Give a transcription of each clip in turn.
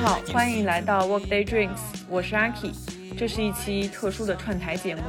好，欢迎来到 Workday Drinks，我是 Aki，这是一期特殊的串台节目。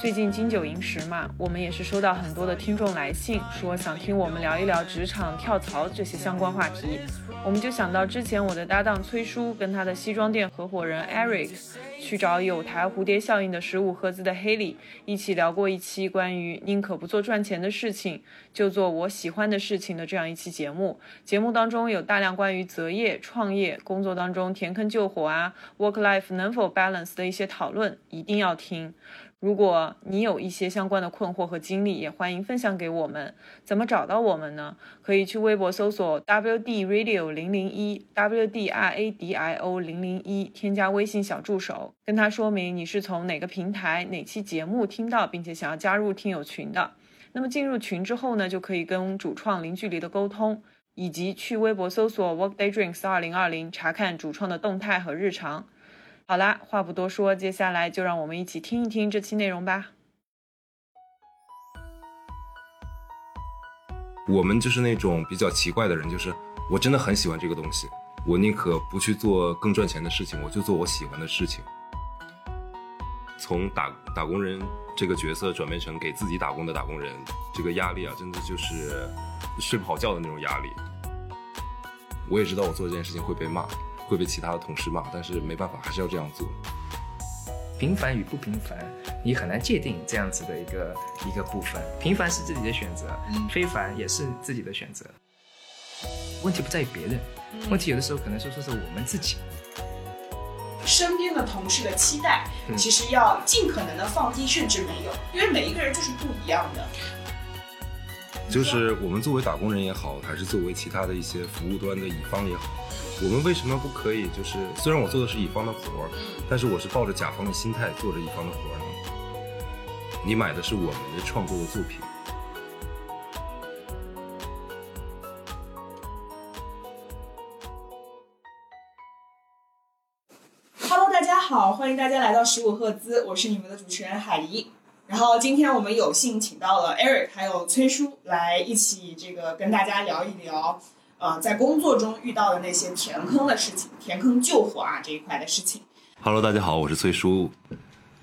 最近金九银十嘛，我们也是收到很多的听众来信，说想听我们聊一聊职场跳槽这些相关话题。我们就想到之前我的搭档崔叔跟他的西装店合伙人 Eric 去找有台蝴蝶效应的十五赫兹的 Haley 一起聊过一期关于宁可不做赚钱的事情，就做我喜欢的事情的这样一期节目。节目当中有大量关于择业、创业、工作当中填坑救火啊、work life 能否 balance 的一些讨论，一定要听。如果你有一些相关的困惑和经历，也欢迎分享给我们。怎么找到我们呢？可以去微博搜索 WD Radio 零零一 WD R A D I O 零零一，添加微信小助手，跟他说明你是从哪个平台、哪期节目听到，并且想要加入听友群的。那么进入群之后呢，就可以跟主创零距离的沟通，以及去微博搜索 Workday Drinks 二零二零查看主创的动态和日常。好啦，话不多说，接下来就让我们一起听一听这期内容吧。我们就是那种比较奇怪的人，就是我真的很喜欢这个东西，我宁可不去做更赚钱的事情，我就做我喜欢的事情。从打打工人这个角色转变成给自己打工的打工人，这个压力啊，真的就是睡不好觉的那种压力。我也知道我做这件事情会被骂，会被其他的同事骂，但是没办法，还是要这样做。平凡与不平凡，你很难界定这样子的一个一个部分。平凡是自己的选择，非凡也是自己的选择。问题不在于别人，问题有的时候可能说说是我们自己。身边的同事的期待，其实要尽可能的放低，甚至没有，因为每一个人就是不一样的。就是我们作为打工人也好，还是作为其他的一些服务端的乙方也好，我们为什么不可以？就是虽然我做的是乙方的活儿，但是我是抱着甲方的心态做着乙方的活儿呢。你买的是我们的创作的作品， Hello，大家好，欢迎大家来到十五赫兹，我是你们的主持人海怡。然后今天我们有幸请到了 Eric 还有崔叔来一起这个跟大家聊一聊，呃，在工作中遇到的那些填坑的事情，填坑救火啊这一块的事情。 Hello，大家好，我是崔叔。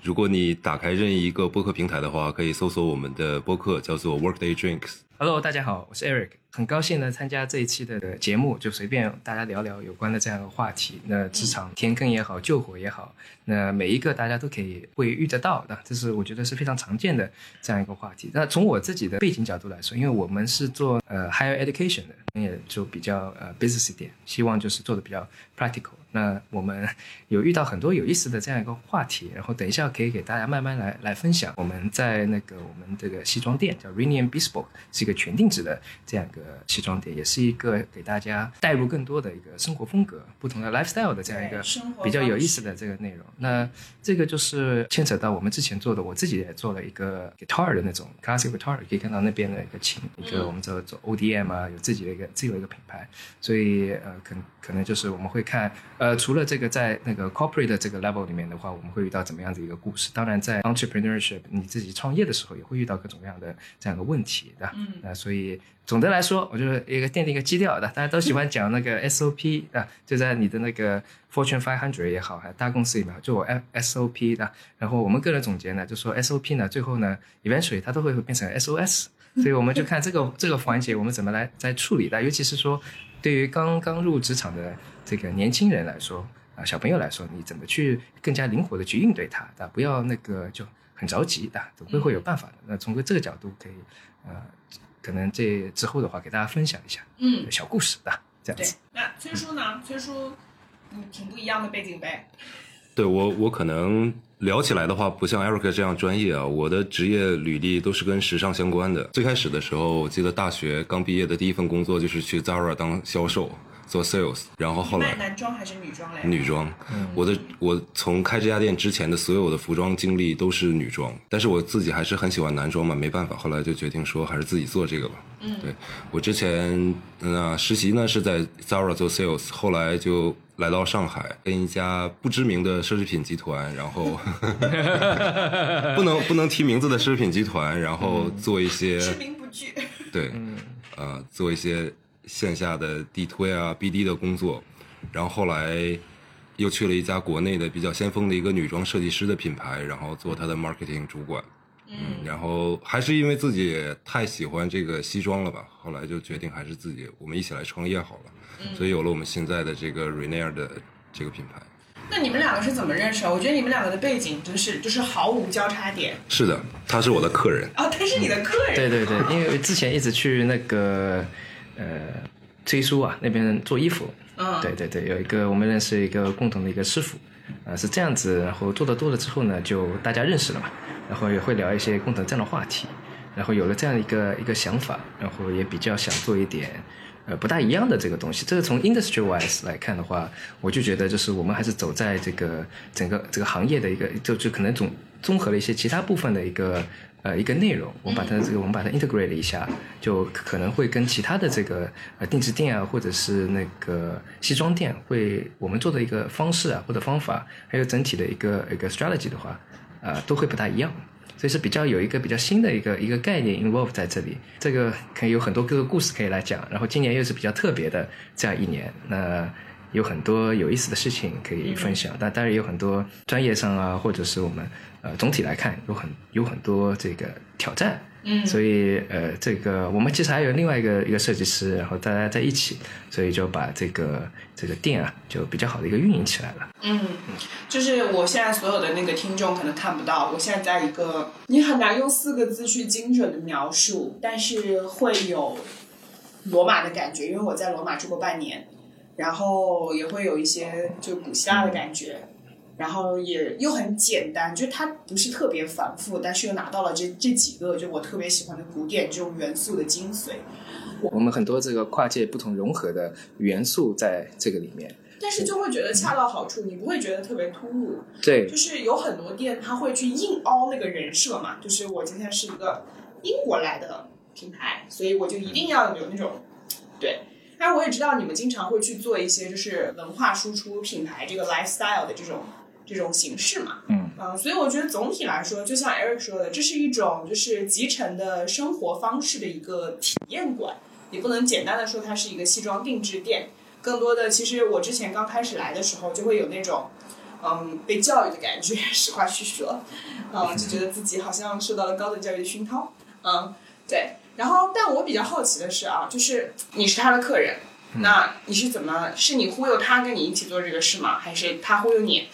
如果你打开任意一个播客平台的话，可以搜索我们的播客，叫做 Workday Drinks。 Hello，大家好，我是 Eric，很高兴呢参加这一期的呃节目，就随便大家聊聊有关的这样一个话题。那职场填坑也好，救火也好，那每一个大家都可以会遇得到的，这是我觉得是非常常见的这样一个话题。那从我自己的背景角度来说，因为我们是做呃 higher education 的，也就比较呃 business 一点，希望就是做的比较 practical。那我们有遇到很多有意思的这样一个话题，然后等一下可以给大家慢慢来来分享。我们在那个我们这个西装店叫 Renian Bespoke，是一个全定制的这样一个西装店，也是一个给大家带入更多的一个生活风格、不同的 lifestyle 的这样一个对生活比较有意方思的这个内容。那这个就是牵扯到我们之前做的，我自己也做了一个 guitar 的那种 classic guitar，可以看到那边的一个琴，一个我们叫做 ODM 啊，有自己的一个自有一个品牌。所以呃，可可能就是我们会看，呃，除了这个在那个 corporate 的这个 level 里面的话，我们会遇到怎么样的一个故事？当然，在 entrepreneurship 你自己创业的时候，也会遇到各种各样的这样的问题，对吧？嗯那所以总的来说，我就是一个奠定一个基调的，大家都喜欢讲那个 SOP 啊，就在你的那个 Fortune 500也好，还有大公司里面，就我 SOP 的。然后我们个人总结呢，就说 SOP 呢，最后呢，eventually 它都会变成 SOS。所 以我们就看这个这个环节，我们怎么来来处理的，尤其是说对于刚刚入职场的这个年轻人来说啊，小朋友来说，你怎么去更加灵活的去应对它，啊，不要那个就很着急的，总归会有办法的。那从这个角度可以，呃，可能这之后的话给大家分享一下嗯，小故事的这样对子。。那崔叔呢？崔叔，嗯，挺不一样的背景呗。对我，我可能聊起来的话，不像 Eric 这样专业啊。我的职业履历都是跟时尚相关的。最开始的时候，我记得大学刚毕业的第一份工作就是去 Zara 当销售，做 sales，然后后卖来男装还是女装嘞？女装。我的我从开这家店之前的所有的服装经历都是女装，但是我自己还是很喜欢男装嘛，没办法，后来就决定说还是自己做这个吧。嗯，对我之前那实习呢是在 Zara 做 sales，后来就来到上海，跟一家不知名的奢侈品集团，然后 不能不能提名字的奢侈品集团，然后做一些知名不具。对，呃，做一些线下的地推啊、BD 的工作，然后后来又去了一家国内的比较先锋的一个女装设计师的品牌，然后做她的 marketing 主管。嗯，然后还是因为自己太喜欢这个西装了吧，后来就决定还是自己我们一起来创业好了，所以有了我们现在的这个 Renair 的这个品牌。那你们两个是怎么认识的？我觉得你们两个的背景真是就是毫无交叉点是的，他是我的客人，啊，他是你的客人，对对对，因为之前一直去那个呃崔叔啊那边做衣服，嗯对对对，有一个我们认识一个共同的一个师傅，呃是这样子，然后做的多了之后呢，就大家认识了嘛，然后也会聊一些共同这样的话题，然后有了这样一个一个想法，然后也比较想做一点。呃，不大一样的这个东西，这个从 industry wise 来看的话，我就觉得就是我们还是走在这个整个这个行业的一个，就就可能总综合了一些其他部分的一个呃一个内容，我们把它这个我们把它 integrate 了一下，就可能会跟其他的这个呃定制店啊，或者是那个西装店会我们做的一个方式啊或者方法，还有整体的一个一个 strategy 的话，呃都会不大一样。所以是比较有一个比较新的一个一个概念 involve 在这里，这个可以有很多各个故事可以来讲。然后今年又是比较特别的这样一年，那有很多有意思的事情可以分享。那当然也有很多专业上啊，或者是我们呃总体来看有很有很多这个挑战。嗯所以呃，这个我们其实还有另外一个一个设计师，然后大家在一起，所以就把这个这个店啊就比较好的一个运营起来了。嗯，就是我现在所有的那个听众可能看不到，我现在在一个你很难用四个字去精准的描述，但是会有罗马的感觉，因为我在罗马住过半年，然后也会有一些就古希腊的感觉，然后也又很简单，就它不是特别繁复，但是又拿到了这这几个就我特别喜欢的古典这种元素的精髓。我们很多这个跨界不同融合的元素在这个里面。但是就会觉得恰到好处，你不会觉得特别突兀。对就是有很多店他会去硬凹那个人设嘛，就是我今天是一个英国来的品牌，所以我就一定要有那种对。但是我也知道你们经常会去做一些就是文化输出、品牌这个 lifestyle 的这种这种形式嘛，嗯所以我觉得总体来说，就像 Eric 说的，这是一种就是集成的生活方式的一个体验馆，你不能简单的说它是一个西装定制店，更多的其实我之前刚开始来的时候就会有那种。嗯，被教育的感觉， 实话实说，嗯，就觉得自己好像受到了高等教育的熏陶，嗯，对。然后，但我比较好奇的是啊，就是你是他的客人，那你是怎么？是你忽悠他跟你一起做这个事吗？还是他忽悠你？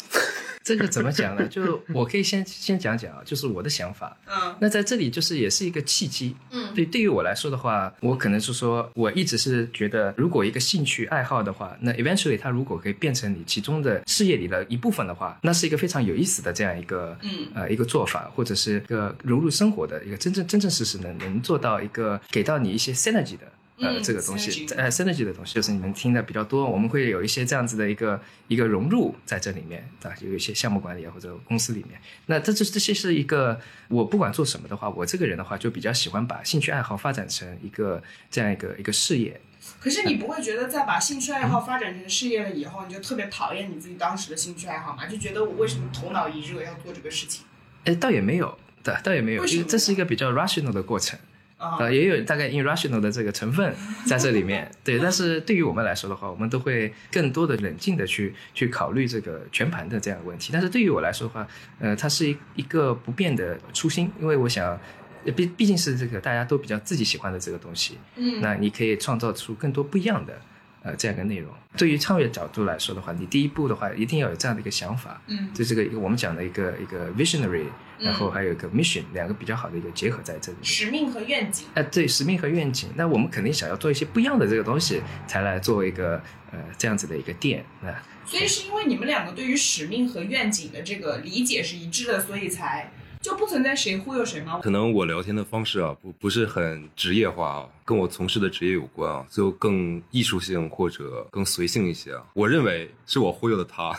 这个怎么讲呢？ 就我可以先先讲讲啊，就是我的想法。嗯那在这里就是也是一个契机。嗯对，对于我来说的话，我可能是说，我一直是觉得，如果一个兴趣爱好的话，那 eventually 它如果可以变成你其中的事业里的一部分的话，那是一个非常有意思的这样一个嗯呃一个做法，或者是一个融入生活的一个真正真真实实能能做到一个给到你一些 synergy 的。呃，嗯这个东西， synergy 呃，synergy 的东西，就是你们听的比较多，我们会有一些这样子的一个一个融入在这里面，啊，有一些项目管理啊或者公司里面，那这就是这些是一个，我不管做什么的话，我这个人的话就比较喜欢把兴趣爱好发展成一个这样一个一个事业，可是你不会觉得在把兴趣爱好发展成事业了以后，你就特别讨厌你自己当时的兴趣爱好吗？就觉得我为什么头脑一热要做这个事情？哎，倒也没有，对，倒也没有，为什因么为这是一个比较 rational 的过程。啊呃，也有大概 irrational 的这个成分在这里面，对。但是对于我们来说的话，我们都会更多的冷静的去去考虑这个全盘的这样的问题。但是对于我来说的话，呃，它是一一个不变的初心，因为我想，呃毕毕竟是这个大家都比较自己喜欢的这个东西，嗯那你可以创造出更多不一样的呃这样一个内容。对于创业角度来说的话，你第一步的话一定要有这样的一个想法，嗯就这个一个我们讲的一个一个 visionary，然后还有一个 mission，、两个比较好的一个结合在这里面。使命和愿景。哎，对，使命和愿景，那我们肯定想要做一些不一样的这个东西，才来做一个呃这样子的一个店。那所以是因为你们两个对于使命和愿景的这个理解是一致的，所以才就不存在谁忽悠谁吗？可能我聊天的方式啊，不不是很职业化啊，跟我从事的职业有关啊，就更艺术性或者更随性一些啊。我认为是我忽悠的他，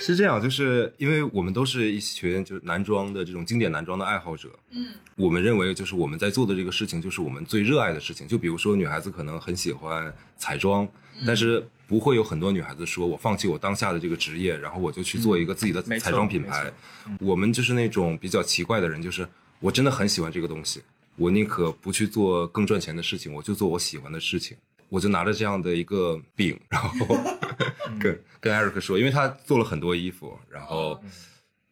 是这样，就是因为我们都是一群就是男装的这种经典男装的爱好者，嗯我们认为就是我们在做的这个事情，就是我们最热爱的事情。就比如说女孩子可能很喜欢彩妆，但是不会有很多女孩子说我放弃我当下的这个职业，然后我就去做一个自己的没错彩妆品牌。我们就是那种比较奇怪的人，就是我真的很喜欢这个东西，我宁可不去做更赚钱的事情，我就做我喜欢的事情。我就拿着这样的一个饼，然后跟跟 Eric 说，因为他做了很多衣服，然后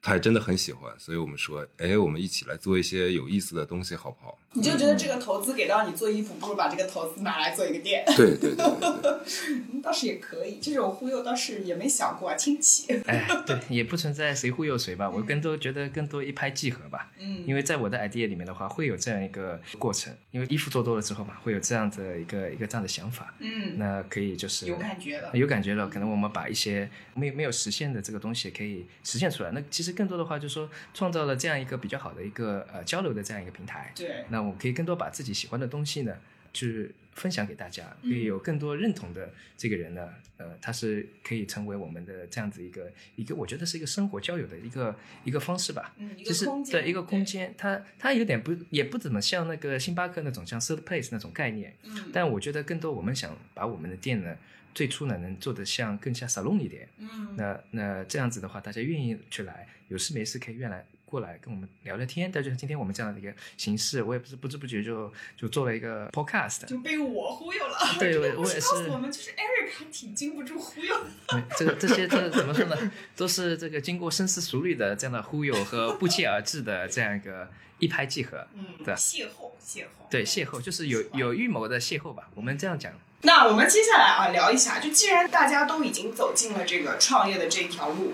他也真的很喜欢，所以我们说，哎，我们一起来做一些有意思的东西，好不好？你就觉得这个投资给到你做衣服，不如把这个投资拿来做一个店，对对对对对， 嗯倒是也可以。这种忽悠倒是也没想过啊，亲戚。哎，对，也不存在谁忽悠谁吧，我更多觉得更多一拍即合吧。嗯，因为在我的 idea 里面的话，会有这样一个过程，因为衣服做多了之后嘛，会有这样的一个一个这样的想法，嗯，那可以就是有感觉了。有感觉了，可能我们把一些没有没有实现的这个东西可以实现出来。那其实更多的话，就是说创造了这样一个比较好的一个呃交流的这样一个平台。对，那我们可以更多把自己喜欢的东西呢，去分享给大家，可嗯以有更多认同的这个人呢，呃，他是可以成为我们的这样子一个一个，我觉得是一个生活交友的一个一个方式吧。嗯，一就个是空间，对一个空间，它它有点不也不怎么像那个星巴克那种像 third place 那种概念，对，嗯，但我觉得更多我们想把我们的店呢，最初呢能做得像更像 salon 一点，嗯，那那这样子的话，大家愿意去来，有事没事可以愿来过来跟我们聊聊天。但就是今天我们这样的一个形式，我也不是不知不觉就就做了一个 podcast。就被我忽悠了。 对我 不我是也告诉是我，们，就是 Eric 还挺经不住忽悠的。嗯这个这些这个怎么说呢，都是这个经过深思熟虑的这样的忽悠和不期而至的这样一个一拍即合。嗯，对邂逅，邂逅，对，邂逅就是有有预谋的邂逅吧，我们这样讲。那我们接下来啊，聊一下，就既然大家都已经走进了这个创业的这一条路，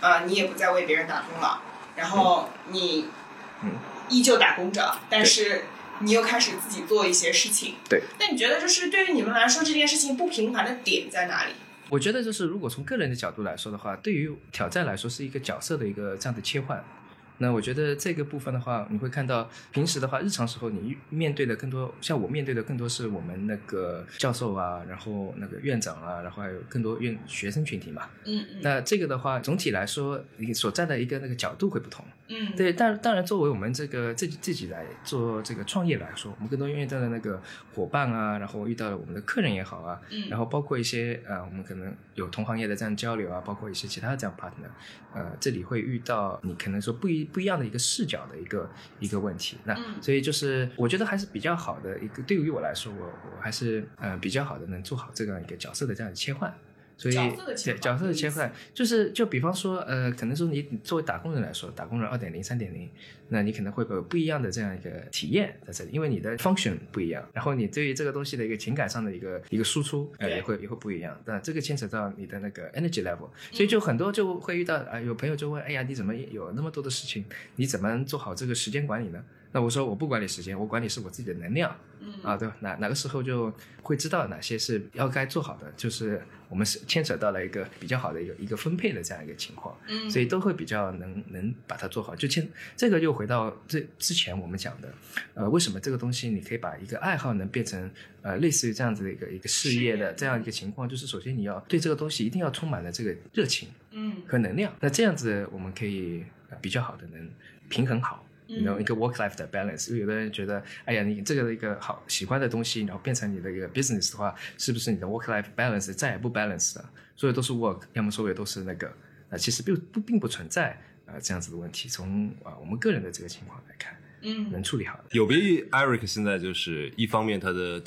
呃，你也不再为别人打工了，然后你嗯依旧打工着，但是你又开始自己做一些事情。对。那你觉得就是对于你们来说这件事情不平凡的点在哪里？我觉得就是如果从个人的角度来说的话，对于挑战来说是一个角色的一个这样的切换。那我觉得这个部分的话，你会看到平时的话，日常时候你面对的更多，像我面对的更多是我们那个教授啊，然后那个院长啊，然后还有更多院学生群体嘛。嗯嗯那这个的话，总体来说，你所站的一个那个角度会不同。嗯，对，但当然，作为我们这个自己自己来做这个创业来说，我们更多遇到的那个伙伴啊，然后遇到了我们的客人也好啊，嗯然后包括一些呃，我们可能有同行业的这样交流啊，包括一些其他的这样 partner，呃，这里会遇到你可能说不一不一样的一个视角的一个一个问题。那、嗯所以就是我觉得还是比较好的一个，对于我来说，我我还是呃比较好的能做好这样一个角色的这样的切换。所以角色的对切换角色的切有意换，就是就比方说，呃，可能说你你作为打工人来说，打工人二点零、三点零，那你可能会有不一样的这样一个体验在这里，因为你的 function 不一样，然后你对于这个东西的一个情感上的一个一个输出，呃，对也会也会不一样。那这个牵扯到你的那个 energy level，所以嗯就很多就会遇到啊、呃有朋友就问，哎呀，你怎么有那么多的事情，你怎么能做好这个时间管理呢？那我说我不管理时间，我管理是我自己的能量，嗯啊，对吧？哪哪个时候就会知道哪些是要该做好的，就是我们是牵扯到了一个比较好的一个一个分配的这样一个情况，嗯，所以都会比较能能把它做好。就牵这个又回到这之前我们讲的，呃，为什么这个东西你可以把一个爱好能变成呃类似于这样子的一个一个事业事的业这样一个情况，就是首先你要对这个东西一定要充满了这个热情嗯和能量，那这样子我们可以呃比较好的能平衡好。嗯然后一个 work life 的 balance，因为有的人觉得，哎呀，你这个一个好喜欢的东西，然后变成你的一个 business 的话，是不是你的 work life balance 再也不 balance 了？所有都是 work，要么所有都是那个，呃，其实并不并不存在呃这样子的问题。从啊、呃我们个人的这个情况来看，嗯能处理好的。有别于 Eric 现在就是一方面他的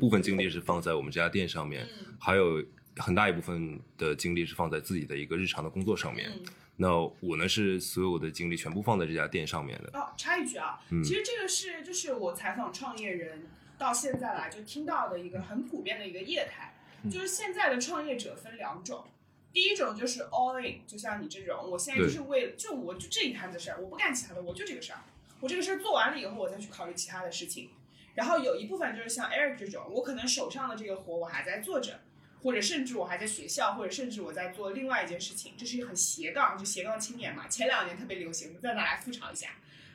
部分精力是放在我们这家店上面，嗯还有很大一部分的精力是放在自己的一个日常的工作上面。嗯。那我呢是所有的精力全部放在这家店上面的。哦，插一句啊，嗯其实这个是就是我采访创业人到现在来就听到的一个很普遍的一个业态，嗯就是现在的创业者分两种。第一种就是 all in，就像你这种，我现在对就是为了就我就这一摊子事儿，我不干其他的，我就这个事儿，我这个事儿做完了以后，我再去考虑其他的事情。然后有一部分就是像 Eric 这种，我可能手上的这个活我还在做着，或者甚至我还在学校，或者甚至我在做另外一件事情，这是一个很斜杠，就斜杠青年嘛。前两年特别流行，我们再拿来复炒一下，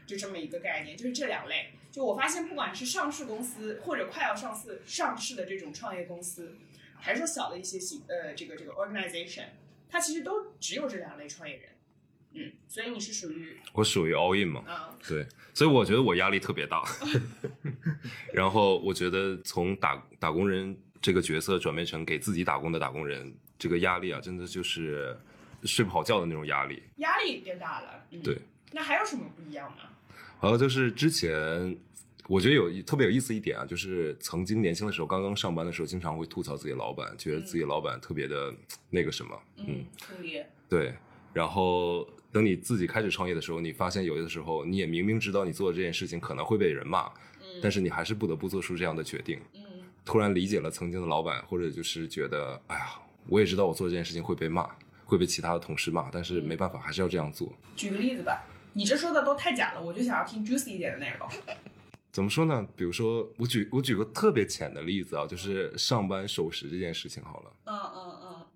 就这么一个概念，就是这两类。就我发现，不管是上市公司或者快要上市上市的这种创业公司，还是说小的一些型呃这个这个 organization，它其实都只有这两类创业人。嗯，所以你是属于我属于 all in 嘛，啊，对，所以我觉得我压力特别大。然后我觉得从打打工人这个角色转变成给自己打工的打工人，这个压力啊，真的就是睡不好觉的那种压力。压力变大了。嗯、对。那还有什么不一样吗？还有就是之前我觉得有特别有意思一点啊，就是曾经年轻的时候，刚刚上班的时候，经常会吐槽自己老板，觉得自己老板特别的那个什么，嗯，可以，对。然后等你自己开始创业的时候，你发现有的时候你也明明知道你做的这件事情可能会被人骂，但是你还是不得不做出这样的决定。嗯突然理解了曾经的老板，或者就是觉得，哎呀，我也知道我做这件事情会被骂，会被其他的同事骂，但是没办法，还是要这样做。举个例子吧，你这说的都太假了，我就想要听 juicy 一点的内容。怎么说呢？比如说，我举我举个特别浅的例子啊，就是上班守时这件事情好了。嗯嗯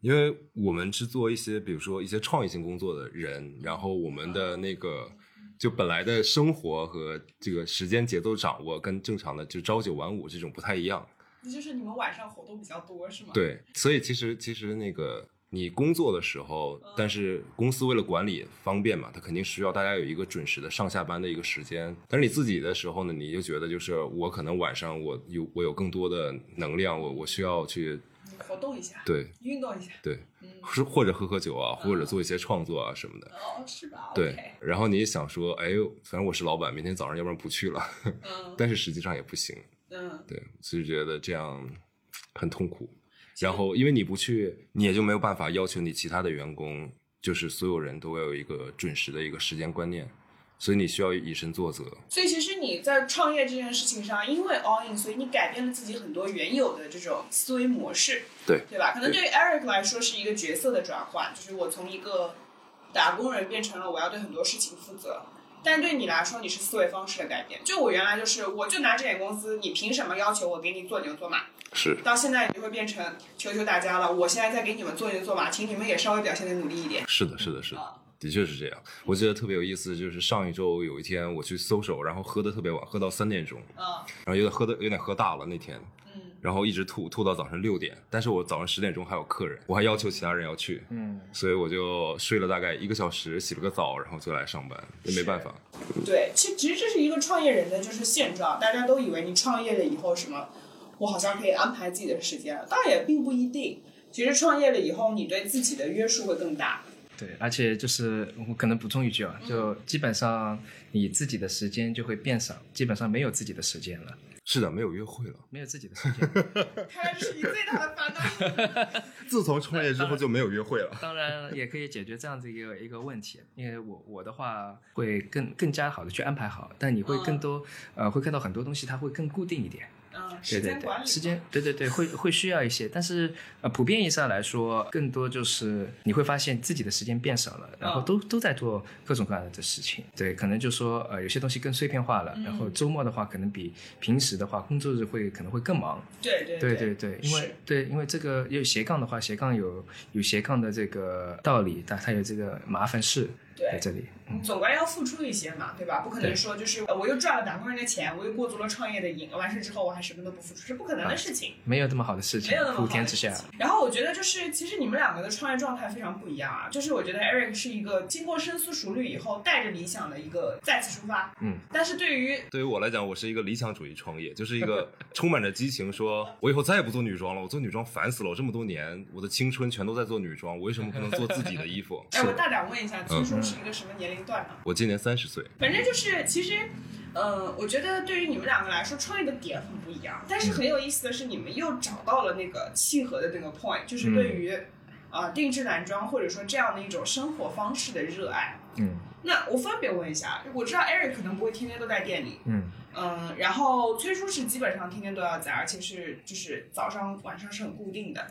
因为我们是做一些，比如说一些创意性工作的人，然后我们的那个就本来的生活和这个时间节奏掌握跟正常的就朝九晚五这种不太一样，嗯，那就是你们晚上活动比较多是吗？，对，所以其实其实那个你工作的时候，嗯但是公司为了管理方便嘛，它肯定需要大家有一个准时的上下班的一个时间。但是你自己的时候呢，你就觉得就是我可能晚上我有我有更多的能量，我我需要去你活动一下，对运动一下，对，嗯，是或者喝喝酒啊，或者做一些创作啊什么的。哦，是吧？对 OK，，然后你也想说，哎呦，反正我是老板，明天早上要不然不去了， 嗯但是实际上也不行。嗯，对，所以觉得这样很痛苦。然后，因为你不去，你也就没有办法要求你其他的员工，就是所有人都要有一个准时的一个时间观念，所以你需要以身作则。所以其实你在创业这件事情上，因为 all in，所以你改变了自己很多原有的这种思维模式，对对吧？可能对对于 Eric 来说是一个角色的转换，就是我从一个打工人变成了我要对很多事情负责。但对你来说，你是思维方式的改变。就我原来就是，我就拿这点工资，你凭什么要求我给你做牛做马？是到现在你就会变成求求大家了，我现在在给你们做牛做马，请你们也稍微表现的努力一点。是的，是的，是的啊，的确是这样。我记得特别有意思，就是上一周有一天我去搜手，然后喝的特别晚，喝到三点钟，嗯然后有点喝的有点喝大了那天，嗯，然后一直吐吐到早上六点，但是我早上十点钟还有客人，我还要求其他人要去，嗯，所以我就睡了大概一个小时，洗了个澡，然后就来上班，也没办法。对，其其实这是一个创业人的就是现状，大家都以为你创业了以后什么，我好像可以安排自己的时间了，但也并不一定。其实创业了以后，你对自己的约束会更大。对，而且就是我可能补充一句啊，就基本上你自己的时间就会变少，基本上没有自己的时间了，是的，没有约会了。没有自己的时间。看来这是你最大的烦恼。 自从创业之后就没有约会了。当然也可以解决这样子一个一个问题，因为我我的话会更更加好的去安排好，但你会更多、呃会看到很多东西，它会更固定一点。嗯，对时对间管对，理，时间，对对对，会会需要一些，但是呃，普遍意义上来说，更多就是你会发现自己的时间变少了，然嗯后都、都在做各种各样的事情，对，可能就说呃，有些东西更碎片化了，然嗯后周末的话，可能比平时的话，工作日会可能会更忙，对对对对对对，因是为对，因为这个有斜杠的话，斜杠有有斜杠的这个道理，但它有这个麻烦事在对这里，嗯，总归要付出一些嘛，对吧？不可能对说就是呃我又赚了打工人的钱，我又过足了创业的瘾，完事之后我还什么都不付出，是不可能的事情。没有这么好的事情没有那么，好普的天之下事，情然后我觉得就是，其实你们两个的创业状态非常不一样啊。就是我觉得 Eric 是一个经过深思熟虑以后，带着理想的一个再次出发。嗯，但是对于？对于我来讲，我是一个理想主义创业，就是一个充满着激情说，我以后再也不做女装了，我做女装烦死了，我这么多年我的青春全都在做女装，我为什么不能做自己的衣服哎，我大胆问一下，崔叔是一个什么年龄段呢、我今年三十岁，反正就是，其实，呃，我觉得对于你们两个来说，创业的点很不一样，但是嗯很有意思的是，你们又找到了那个契合的那个 point，就是嗯对于啊、呃定制男装或者说这样的一种生活方式的热爱。嗯那我分别问一下，我知道 Eric 可能不会天天都在店里，嗯，嗯，然后崔叔是基本上天天都要在，而且是就是早上晚上是很固定的。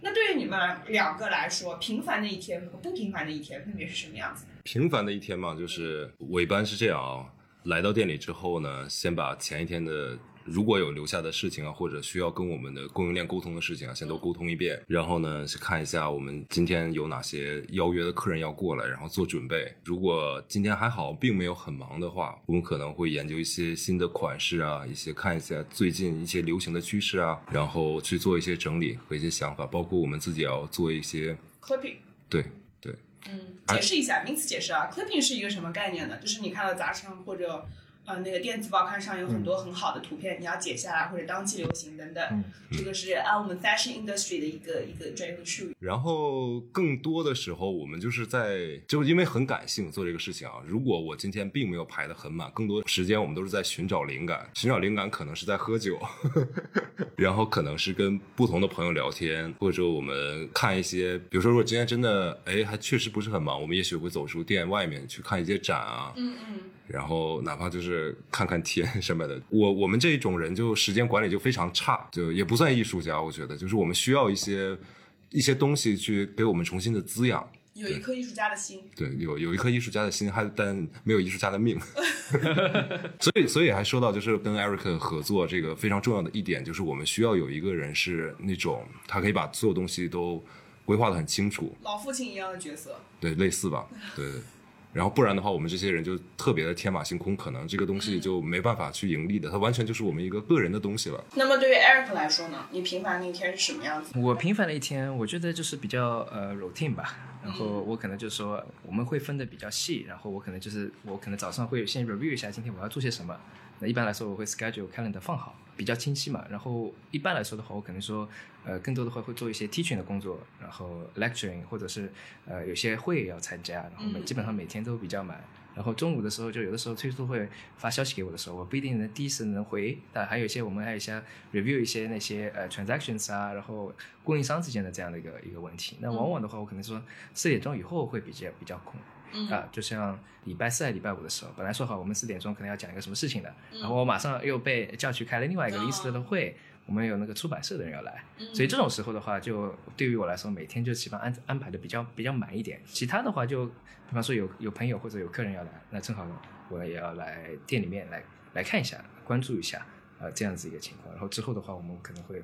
那对于你们两个来说，平凡的一天和不平凡的一天分别是什么样子？平凡的一天嘛，就是我一般是这样啊，来到店里之后呢，先把前一天的如果有留下的事情啊，或者需要跟我们的供应链沟通的事情啊，先都沟通一遍，然后呢，去看一下我们今天有哪些邀约的客人要过来，然后做准备。如果今天还好，并没有很忙的话，我们可能会研究一些新的款式啊，一些看一下最近一些流行的趋势啊，然后去做一些整理和一些想法，包括我们自己也要做一些 clipping，对对嗯，解释一下，名词解释啊。clipping 是一个什么概念呢？就是你看到杂志上或者呃那个电子报刊上有很多很好的图片，你要截下来或者当季流行等等。嗯这个是啊我们 fashion industry 的一个一个专用术语。然后更多的时候，我们就是在，就是因为很感性做这个事情啊。如果我今天并没有排得很满，更多时间我们都是在寻找灵感，寻找灵感可能是在喝酒， 然后可能是跟不同的朋友聊天，或者我们看一些，比如说如果今天真的哎还确实不是很忙，我们也许会走出店外面去看一些展啊，嗯嗯，然后哪怕就是看看天什么的。我我们这种人就时间管理就非常差，就也不算艺术家，我觉得就是我们需要一些一些东西去给我们重新的滋养。有一颗艺术家的心。对，有有一颗艺术家的心，还但没有艺术家的命。 所以，所以还说到就是跟 Eric 合作这个非常重要的一点，就是我们需要有一个人是那种他可以把所有东西都规划的很清楚，老父亲一样的角色，对，类似吧，对。然后不然的话，我们这些人就特别的天马行空，可能这个东西就没办法去盈利的，它完全就是我们一个个人的东西了。那么对于 Eric 来说呢，你平凡的一天是什么样子？我平凡的一天，我觉得就是比较呃 routine 吧。然嗯后我可能就说我们会分的比较细，然后我可能就是我可能早上会先 review 一下今天我要做些什么。那一般来说我会 schedule calendar 放好，比较清晰嘛。然后一般来说的话，我可能说呃更多的话会做一些 teaching 的工作，然后 lecturing 或者是呃有些会要参加，然后每嗯基本上每天都比较满。然后中午的时候，就有的时候崔叔会发消息给我的时候，我不一定能第一时间能回，但还有一些我们还有一些 review 一些那些呃 transactions 啊，然后供应商之间的这样的一个一个问题。那往往的话，我可能说四点钟以后会比较比较空嗯啊，就像礼拜四、礼拜五的时候，本来说好我们四点钟可能要讲一个什么事情的，嗯哦然后我马上又被叫去开了另外一个临时的会。我们有那个出版社的人要来，嗯所以这种时候的话，就对于我来说，每天就基本上安安排的比较比较满一点。其他的话就，比方说有有朋友或者有客人要来，那正好我也要来店里面来来看一下，关注一下，呃，这样子一个情况。然后之后的话，我们可能会。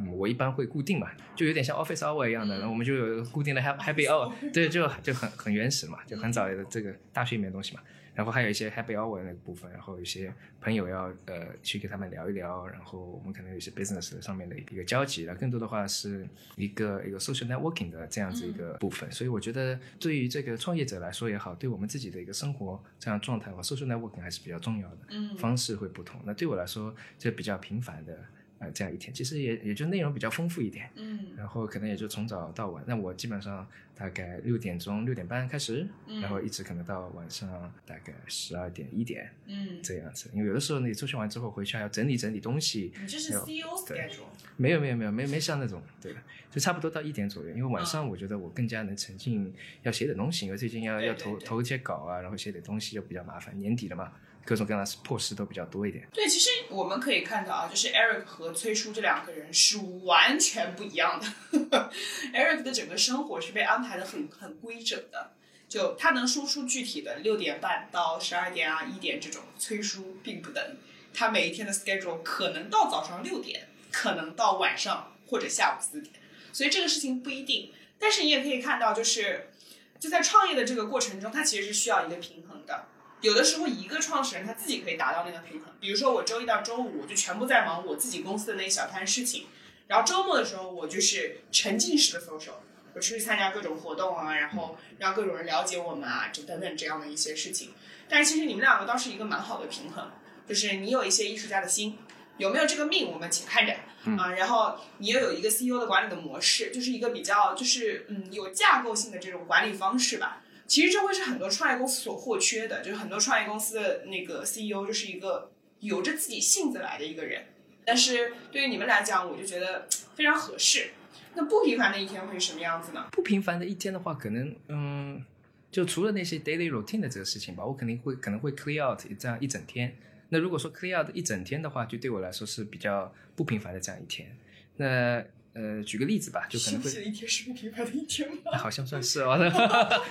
嗯，我一般会固定嘛，就有点像 office hour 一样的，然后我们就有固定的 happy happy hour，对，就就很很原始嘛，就很早的这个大学里面的东西嘛。然后还有一些 happy hour 那个部分，然后有些朋友要呃去跟他们聊一聊，然后我们可能有一些 business 上面的一个交集，然后更多的话是一个一个 social networking 的这样子一个部分。所以我觉得对于这个创业者来说也好，对我们自己的一个生活这样状态和 social networking 还是比较重要的。嗯方式会不同。那对我来说，就比较平凡的呃这样一天，其实也也就内容比较丰富一点。嗯然后可能也就从早到晚，那我基本上大概六点钟、六点半开始，嗯然后一直可能到晚上大概十二点、一点嗯，这样子。因为有的时候你出去玩之后回去还要整理整理东西，你这是没有 CEO 对 schedule。没有没有没有没没像那种，对的，就差不多到一点左右。因为晚上我觉得我更加能沉浸，要写点东西，因为最近要嗯对要对投对投一些稿啊，然后写点东西就比较麻烦。年底了嘛，各种各样的破事都比较多一点。对，其实我们可以看到啊，就是 Eric 和崔叔这两个人是完全不一样的。Eric 的整个生活是被安排的很很规整的，就他能说出具体的六点半到十二点啊、一点这种，崔叔并不能。他每一天的 schedule 可能到早上六点，可能到晚上或者下午四点，所以这个事情不一定。但是你也可以看到，就是就在创业的这个过程中，它其实是需要一个平衡的。有的时候一个创始人他自己可以达到那个平衡，比如说我周一到周五我就全部在忙我自己公司的那一小摊事情，然后周末的时候我就是沉浸式的 social，我出去参加各种活动啊，然后让各种人了解我们啊，这等等这样的一些事情。但是其实你们两个倒是一个蛮好的平衡，就是你有一些艺术家的心，有没有这个命我们且看着啊。然后你又有一个 CEO 的管理的模式，就是一个比较就是嗯有架构性的这种管理方式吧。其实这会是很多创业公司所或缺的，就是很多创业公司的那个 CEO 就是一个由着自己性子来的一个人。但是对于你们来讲，我就觉得嘖非常合适。那不平凡的一天会是什么样子呢？不平凡的一天的话，可能嗯，就除了那些 daily routine 的这个事情吧，我肯定会可能会 clear out 这样一整天。那如果说 clear out 一整天的话，就对我来说是比较不平凡的这样一天。那呃，举个例子吧，就可能会休息的一天是不平凡的一天 吗？好像算是哦，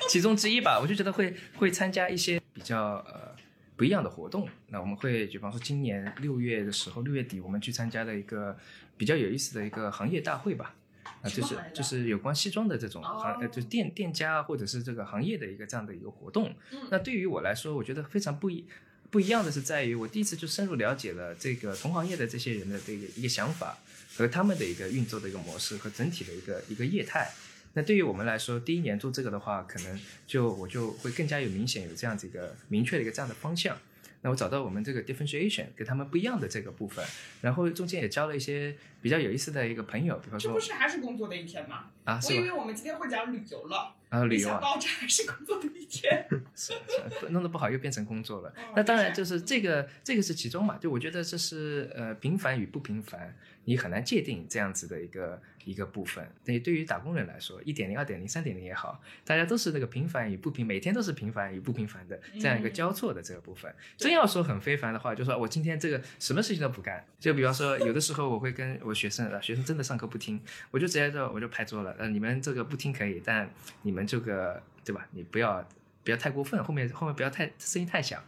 其中之一吧。我就觉得会会参加一些比较呃不一样的活动。那我们会，比方说今年六月的时候，六月底我们去参加了一个比较有意思的一个行业大会吧。啊，什就么是来着就是有关西装的这种行，呃，哦就是店店家或者是这个行业的一个这样的一个活动。嗯那对于我来说，我觉得非常不一不一样的是在于，我第一次就深入了解了这个同行业的这些人的这个一个想法和他们的一个运作的一个模式和整体的一个一个业态。那对于我们来说，第一年做这个的话，可能就我就会更加有明显有这样子一个明确的一个这样的方向。那那我找到我们这个 differentiation 跟他们不一样的这个部分，然后中间也交了一些比较有意思的一个朋友，比方这说不是还是工作的一天吗？啊，我是以吧？为我们今天会讲旅游了，啊，旅没游想啊，到这还是工作的一天。是是弄得不好又变成工作了。哦那当然就是这个，这个是其中嘛。就我觉得这是呃平凡与不平凡，你很难界定这样子的一个一个部分。对，对于打工人来说，一点零、二点零、三点零也好，大家都是那个平凡与不平，每天都是平凡与不平凡的这样一个嗯交错的这个部分。真要说很非凡的话，就说我今天这个什么事情都不干。就比方说，有的时候我会跟我学生，啊学生真的上课不听，我就直接就我就拍桌了。呃，你们这个不听可以，但你们这个对吧？你不要不要太过分，后面后面不要太声音太响，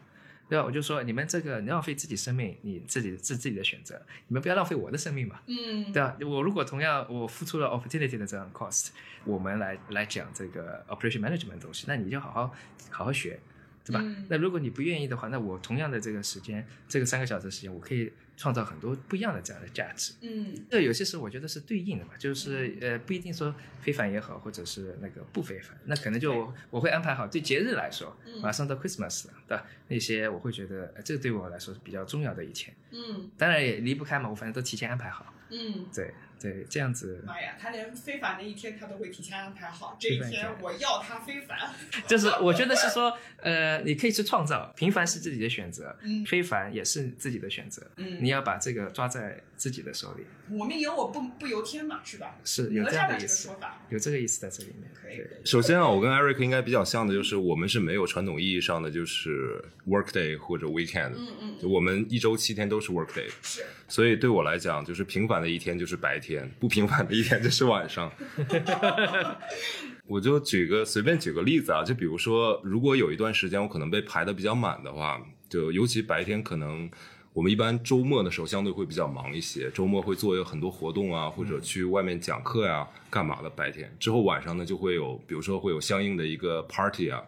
对吧？我就说你们这个你浪费自己生命，你自己自自己的选择，你们不要浪费我的生命嘛，嗯， 对吧？啊我如果同样我付出了 opportunity 的这样 cost，我们来来讲这个 operation management 的东西，那你就好好好好学。对吧嗯？那如果你不愿意的话，那我同样的这个时间，这个三个小时的时间，我可以创造很多不一样的这样的价值。嗯，这有些时候我觉得是对应的嘛，就是呃不一定说非凡也好，或者是那个不非凡，那可能就我我会安排好对节日来说嗯，马上到 Christmas 了，对吧？那些我会觉得、呃、这个对我来说是比较重要的一天，嗯，当然也离不开嘛，我反正都提前安排好，嗯。对对，这样子妈呀，他连非凡的一天他都会提前安排好，这一非凡一天天我要他非凡。 就是我觉得是说呃你可以去创造，平凡是自己的选择，嗯非凡也是自己的选择，嗯你要把这个抓在自己的手里，我命由我不不由天嘛，是吧？是有哪这吒样的的这意个思说，法，有这个意思在这里面，可以对可以。首先啊，我跟 Eric 应该比较像的，就是我们是没有传统意义上的就是 work day 或者 weekend，嗯嗯，就我们一周七天都是 work day，是所以对我来讲，就是平凡的一天就是白天， 不平凡的一天就是晚上。 我就举个随便举个例子啊，就比如说，如果有一段时间我可能被排的比较满的话，就尤其白天可能。我们一般周末的时候相对会比较忙一些，周末会做有很多活动啊，或者去外面讲课呀、啊干嘛的。白天之后晚上呢，就会有，比如说会有相应的一个 party 啊，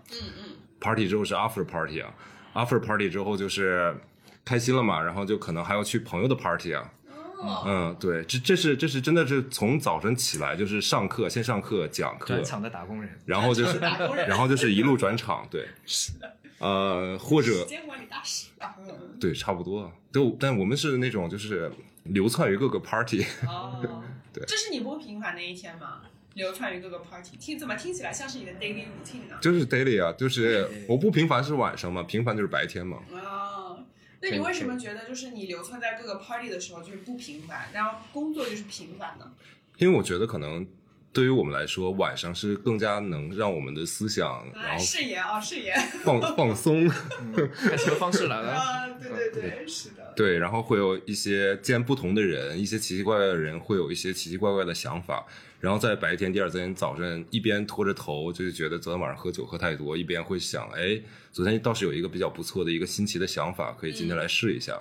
party 之后是 after party 啊，after party 之后就是开心了嘛，然后就可能还要去朋友的 party 啊，哦，嗯，对，这这是这是真的是从早晨起来就是上课，先上课讲课转，场的打工人。然后就是打工人然后就是一路转场，对，是的，呃，或者时间管理大师啊。嗯对，差不多，就但我们是那种就是流窜于各个 party， 嗯哦，对这是你不平凡的一天吗？流窜于各个 party，听怎么听起来像是你的 daily routine 呢？就是 daily 啊，就是我不平凡是晚上嘛，平凡就是白天嘛，哦，那你为什么觉得就是你流窜在各个 party 的时候就是不平凡，然后工作就是平凡呢？因为我觉得可能。对于我们来说，晚上是更加能让我们的思想，然哎，后誓言啊，誓言。放放松， 看什么方式来了。啊，对对对，是的。对，然后会有一些见不同的人，一些奇奇怪怪的人会有一些奇奇怪怪的想法，然后在白天第二天早晨一边拖着头，就是觉得昨天晚上喝酒喝太多，一边会想，哎，昨天倒是有一个比较不错的一个新奇的想法，可以今天来试一下。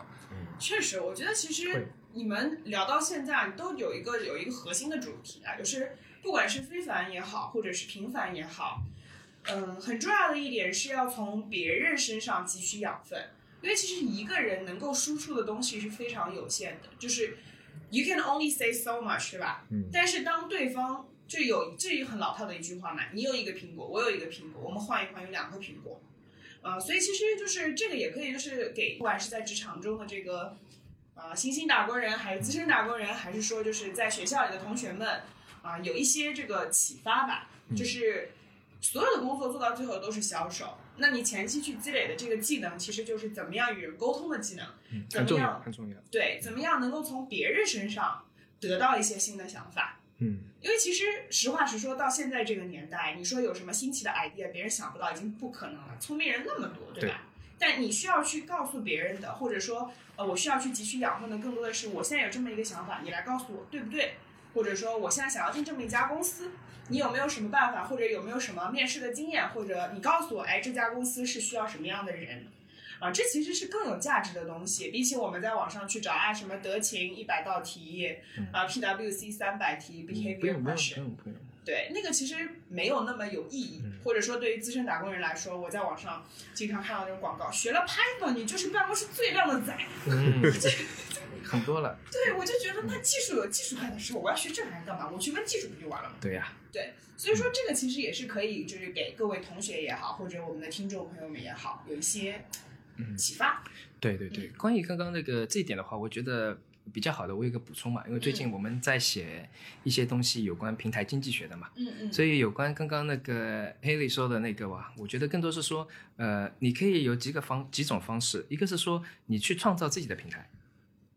确实，我觉得其会实你们聊到现在都有一个有一个核心的主题啊，就是不管是非凡也好，或者是平凡也好，嗯，很重要的一点是要从别人身上汲取养分，因为其实一个人能够输出的东西是非常有限的，就是 you can only say so much，对吧？嗯但是当对方就有这很老套的一句话嘛，你有一个苹果，我有一个苹果，我们换一换，有两个苹果。啊、所以其实就是这个也可以，就是给不管是在职场中的这个啊、新兴打工人，还是资深打工人，还是说就是在学校里的同学们啊、有一些这个启发吧。就是所有的工作做到最后都是销售，那你前期去积累的这个技能，其实就是怎么样与人沟通的技能， 嗯怎很么重要，样很重要。对，怎么样能够从别人身上得到一些新的想法。嗯，因为其实实话实说，到现在这个年代，你说有什么新奇的 idea，别人想不到已经不可能了。聪明人那么多，对吧？但你需要去告诉别人的，或者说，呃，我需要去汲取养分的，更多的是我现在有这么一个想法，你来告诉我，对不对？或者说，我现在想要进这么一家公司，你有没有什么办法，或者有没有什么面试的经验，或者你告诉我，哎，这家公司是需要什么样的人？啊，这其实是更有价值的东西，比起我们在网上去找啊什么德勤一百道题，啊 PWC 三百题嗯 不，Behavior 用，不用， Question，不用，不用。对，那个其实没有那么有意义，嗯或者说对于资深打工人来说，我在网上经常看到这种广告，学了 Python 你就是办公室最靓的仔。嗯， 很多了。对，我就觉得那嗯技术有技术干的事，我要学这玩意儿干嘛？我去问技术不就完了吗？对呀、对，所嗯以说这个其实也是可以，就是给各位同学也好，或者我们的听众朋友们也好，有一些嗯启发。对对对，嗯关于刚刚那个这一点的话，我觉得比较好的，我有一个补充嘛，因为最近我们在写一些东西有关平台经济学的嘛，嗯嗯，所以有关刚刚那个 Haley 说的那个哇，我觉得更多是说，呃，你可以有几个方几种方式，一个是说你去创造自己的平台，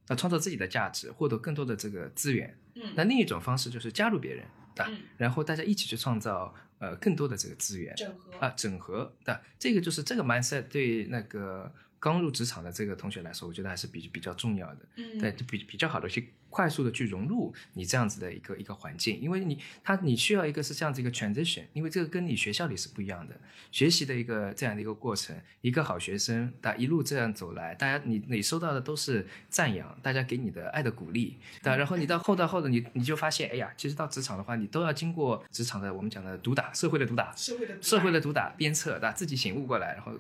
那、创造自己的价值，获得更多的这个资源，嗯那另一种方式就是加入别人，啊，嗯然后大家一起去创造呃更多的这个资源，整合啊，整合的这个就是这个 mindset 对那个刚入职场的这个同学来说，我觉得还是比比较重要的。嗯对，就比比较好的去快速的去融入你这样子的一个一个环境，因为你他你需要一个是这样子一个 transition，因为这个跟你学校里是不一样的，学习的一个这样的一个过程，一个好学生，他一路这样走来，大家你你收到的都是赞扬，大家给你的爱的鼓励，对，然后你到后到后的你你就发现，哎呀，其实到职场的话，你都要经过职场的我们讲的毒打，社会的毒打，社会的社会的毒打鞭策，对吧？自己醒悟过来，然后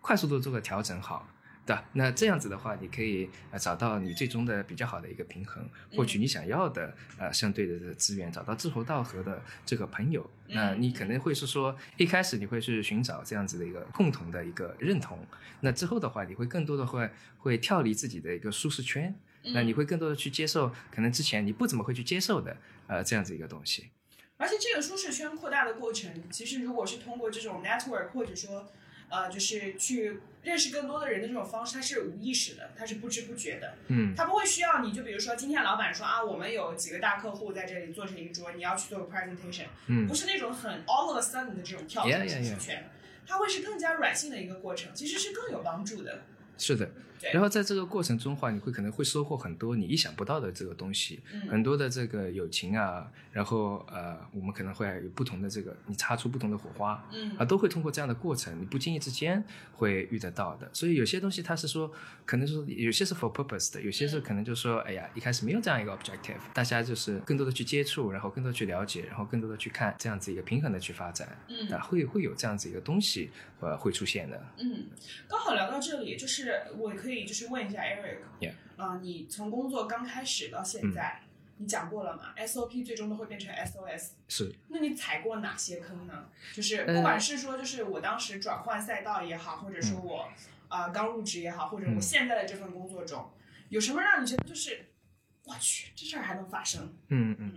快速的做个调整好，对吧？那这样子的话，你可以呃找到你最终的比较好的一个平衡，获取你想要的呃相对的这个资源，找到志同道合的这个朋友。那你可能会是说，一开始你会去寻找这样子的一个共同的一个认同，那之后的话，你会更多的会会跳离自己的一个舒适圈。那你会更多的去接受，可能之前你不怎么会去接受的，呃，这样子一个东西。而且这个舒适圈扩大的过程，其实如果是通过这种 network 或者说，呃，就是去认识更多的人的这种方式，它是无意识的，它是不知不觉的，嗯，它不会需要你。就比如说，今天老板说啊，我们有几个大客户在这里坐成一桌，你要去做个 presentation，、嗯不是那种很 all of a sudden 的这种跳 Yeah, 进 yeah, 舒适圈，它会是更加软性的一个过程，其实是更有帮助的。是的对，然后在这个过程中的话，你会可能会收获很多你意想不到的这个东西，嗯很多的这个友情啊，然后呃，我们可能会有不同的这个，你擦出不同的火花，嗯啊，都会通过这样的过程，你不经意之间会遇得到的。所以有些东西它是说，可能说有些是 for purpose 的，有些是嗯可能就说，哎呀，一开始没有这样一个 objective，大家就是更多的去接触，然后更多地去了解，然后更多的去看，这样子一个平衡的去发展，嗯啊，会会有这样子一个东西呃会出现的。嗯，刚好聊到这里，就是我可以就是问一下 Eric，啊 Yeah 嗯你从工作刚开始到现在，你讲过了嘛？SOP 最终都会变成 SOS，是，那你踩过哪些坑呢？就是呃不管是说就是我当时转换赛道也好，或者说我啊、呃刚入职也好，或者我嗯现在的这份工作中，有什么让你觉得就是我去这事儿还能发生？嗯嗯，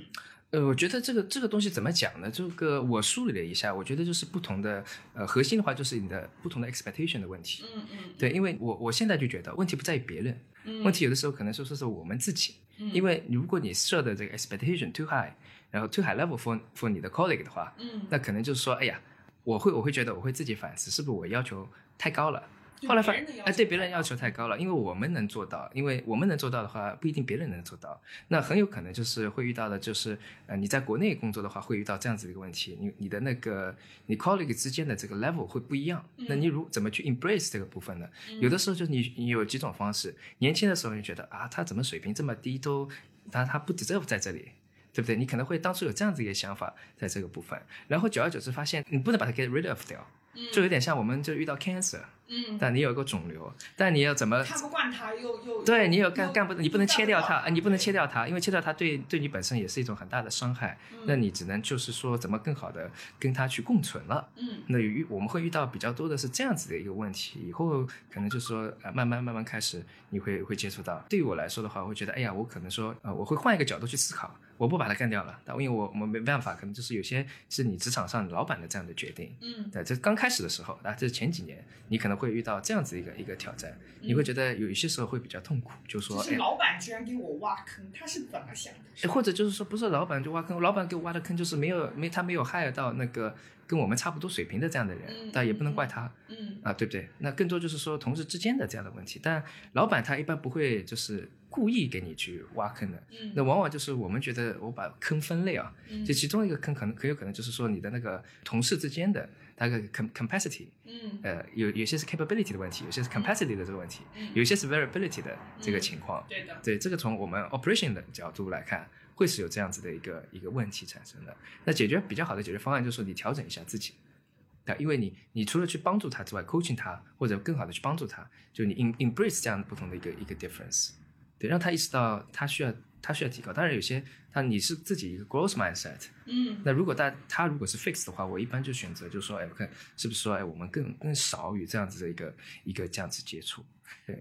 呃，我觉得这个这个东西怎么讲呢？这个我梳理了一下，我觉得就是不同的呃核心的话，就是你的不同的 expectation 的问题。嗯嗯对，因为我我现在就觉得问题不在于别人，嗯问题有的时候可能说是是我们自己。嗯因为如果你设的这个 expectation too high，然后 too high level for for 你的 colleague 的话，嗯，那可能就是说，哎呀，我会我会觉得我会自己反思，是不是我要求太高了？对后来发别人的要求哎，对别人要求太高了，因为我们能做到，因为我们能做到的话，不一定别人能做到。那很有可能就是会遇到的，就是呃，你在国内工作的话，会遇到这样子的一个问题，你你的那个你 colleague 之间的这个 level 会不一样。那你如怎么去 embrace 这个部分呢？有的时候就你你有几种方式，年轻的时候你觉得啊，他怎么水平这么低都，他他不 deserve 在这里，对不对？你可能会当初有这样子一个想法在这个部分，然后久而久之发现你不能把它 get rid of 掉，就有点像我们就遇到 cancer，嗯，但你有一个肿瘤，但你要怎么？看不惯他又又对你有又干干不，你不能切掉它，干啊你不能切掉它，因为切掉它对对你本身也是一种很大的伤害。那你只能就是说怎么更好的跟它去共存了。嗯，那遇我们会遇到比较多的是这样子的一个问题，以后可能就是说呃慢慢慢慢开始你会会接触到。对于我来说的话，我会觉得哎呀，我可能说呃我会换一个角度去思考，我不把它干掉了，但因为我我们没办法，可能就是有些是你职场上老板的这样的决定。嗯对，呃这刚开始的时候啊，这是前几年，你可能会遇到这样子一个一个挑战，你嗯会觉得有一些时候会比较痛苦，就说就是哎，老板居然给我挖坑，他是怎么想的？哎或者就是说不是老板就挖坑，老板给我挖的坑就是没有没他没有 hire 到那个跟我们差不多水平的这样的人，嗯但也不能嗯怪他嗯啊，对不对？那更多就是说同事之间的这样的问题，但老板他一般不会就是故意给你去挖坑的，嗯那往往就是我们觉得我把坑分类啊，嗯就其中一个坑可能很有可能就是说你的那个同事之间的大概 com capacity。嗯呃，有有些是 capability 的问题，有些是 capacity 的这个问题，嗯有一些是 variability 的这个情况。对的，对，这个从我们 operation 的角度来看，会是有这样子的一个一个问题产生的。那解决比较好的解决方案就是你调整一下自己，对，因为你你除了去帮助他之外，coaching 他或者更好的去帮助他，就你 em- embrace 这样不同的一个一个 difference，对，让他意识到他需要他需要提高。当然有些但你是自己一个 growth mindset。嗯那如果大他如果是 fix 的话，我一般就选择就说，哎，我看是不是说，哎，我们更更少与这样子的一个一个这样子接触。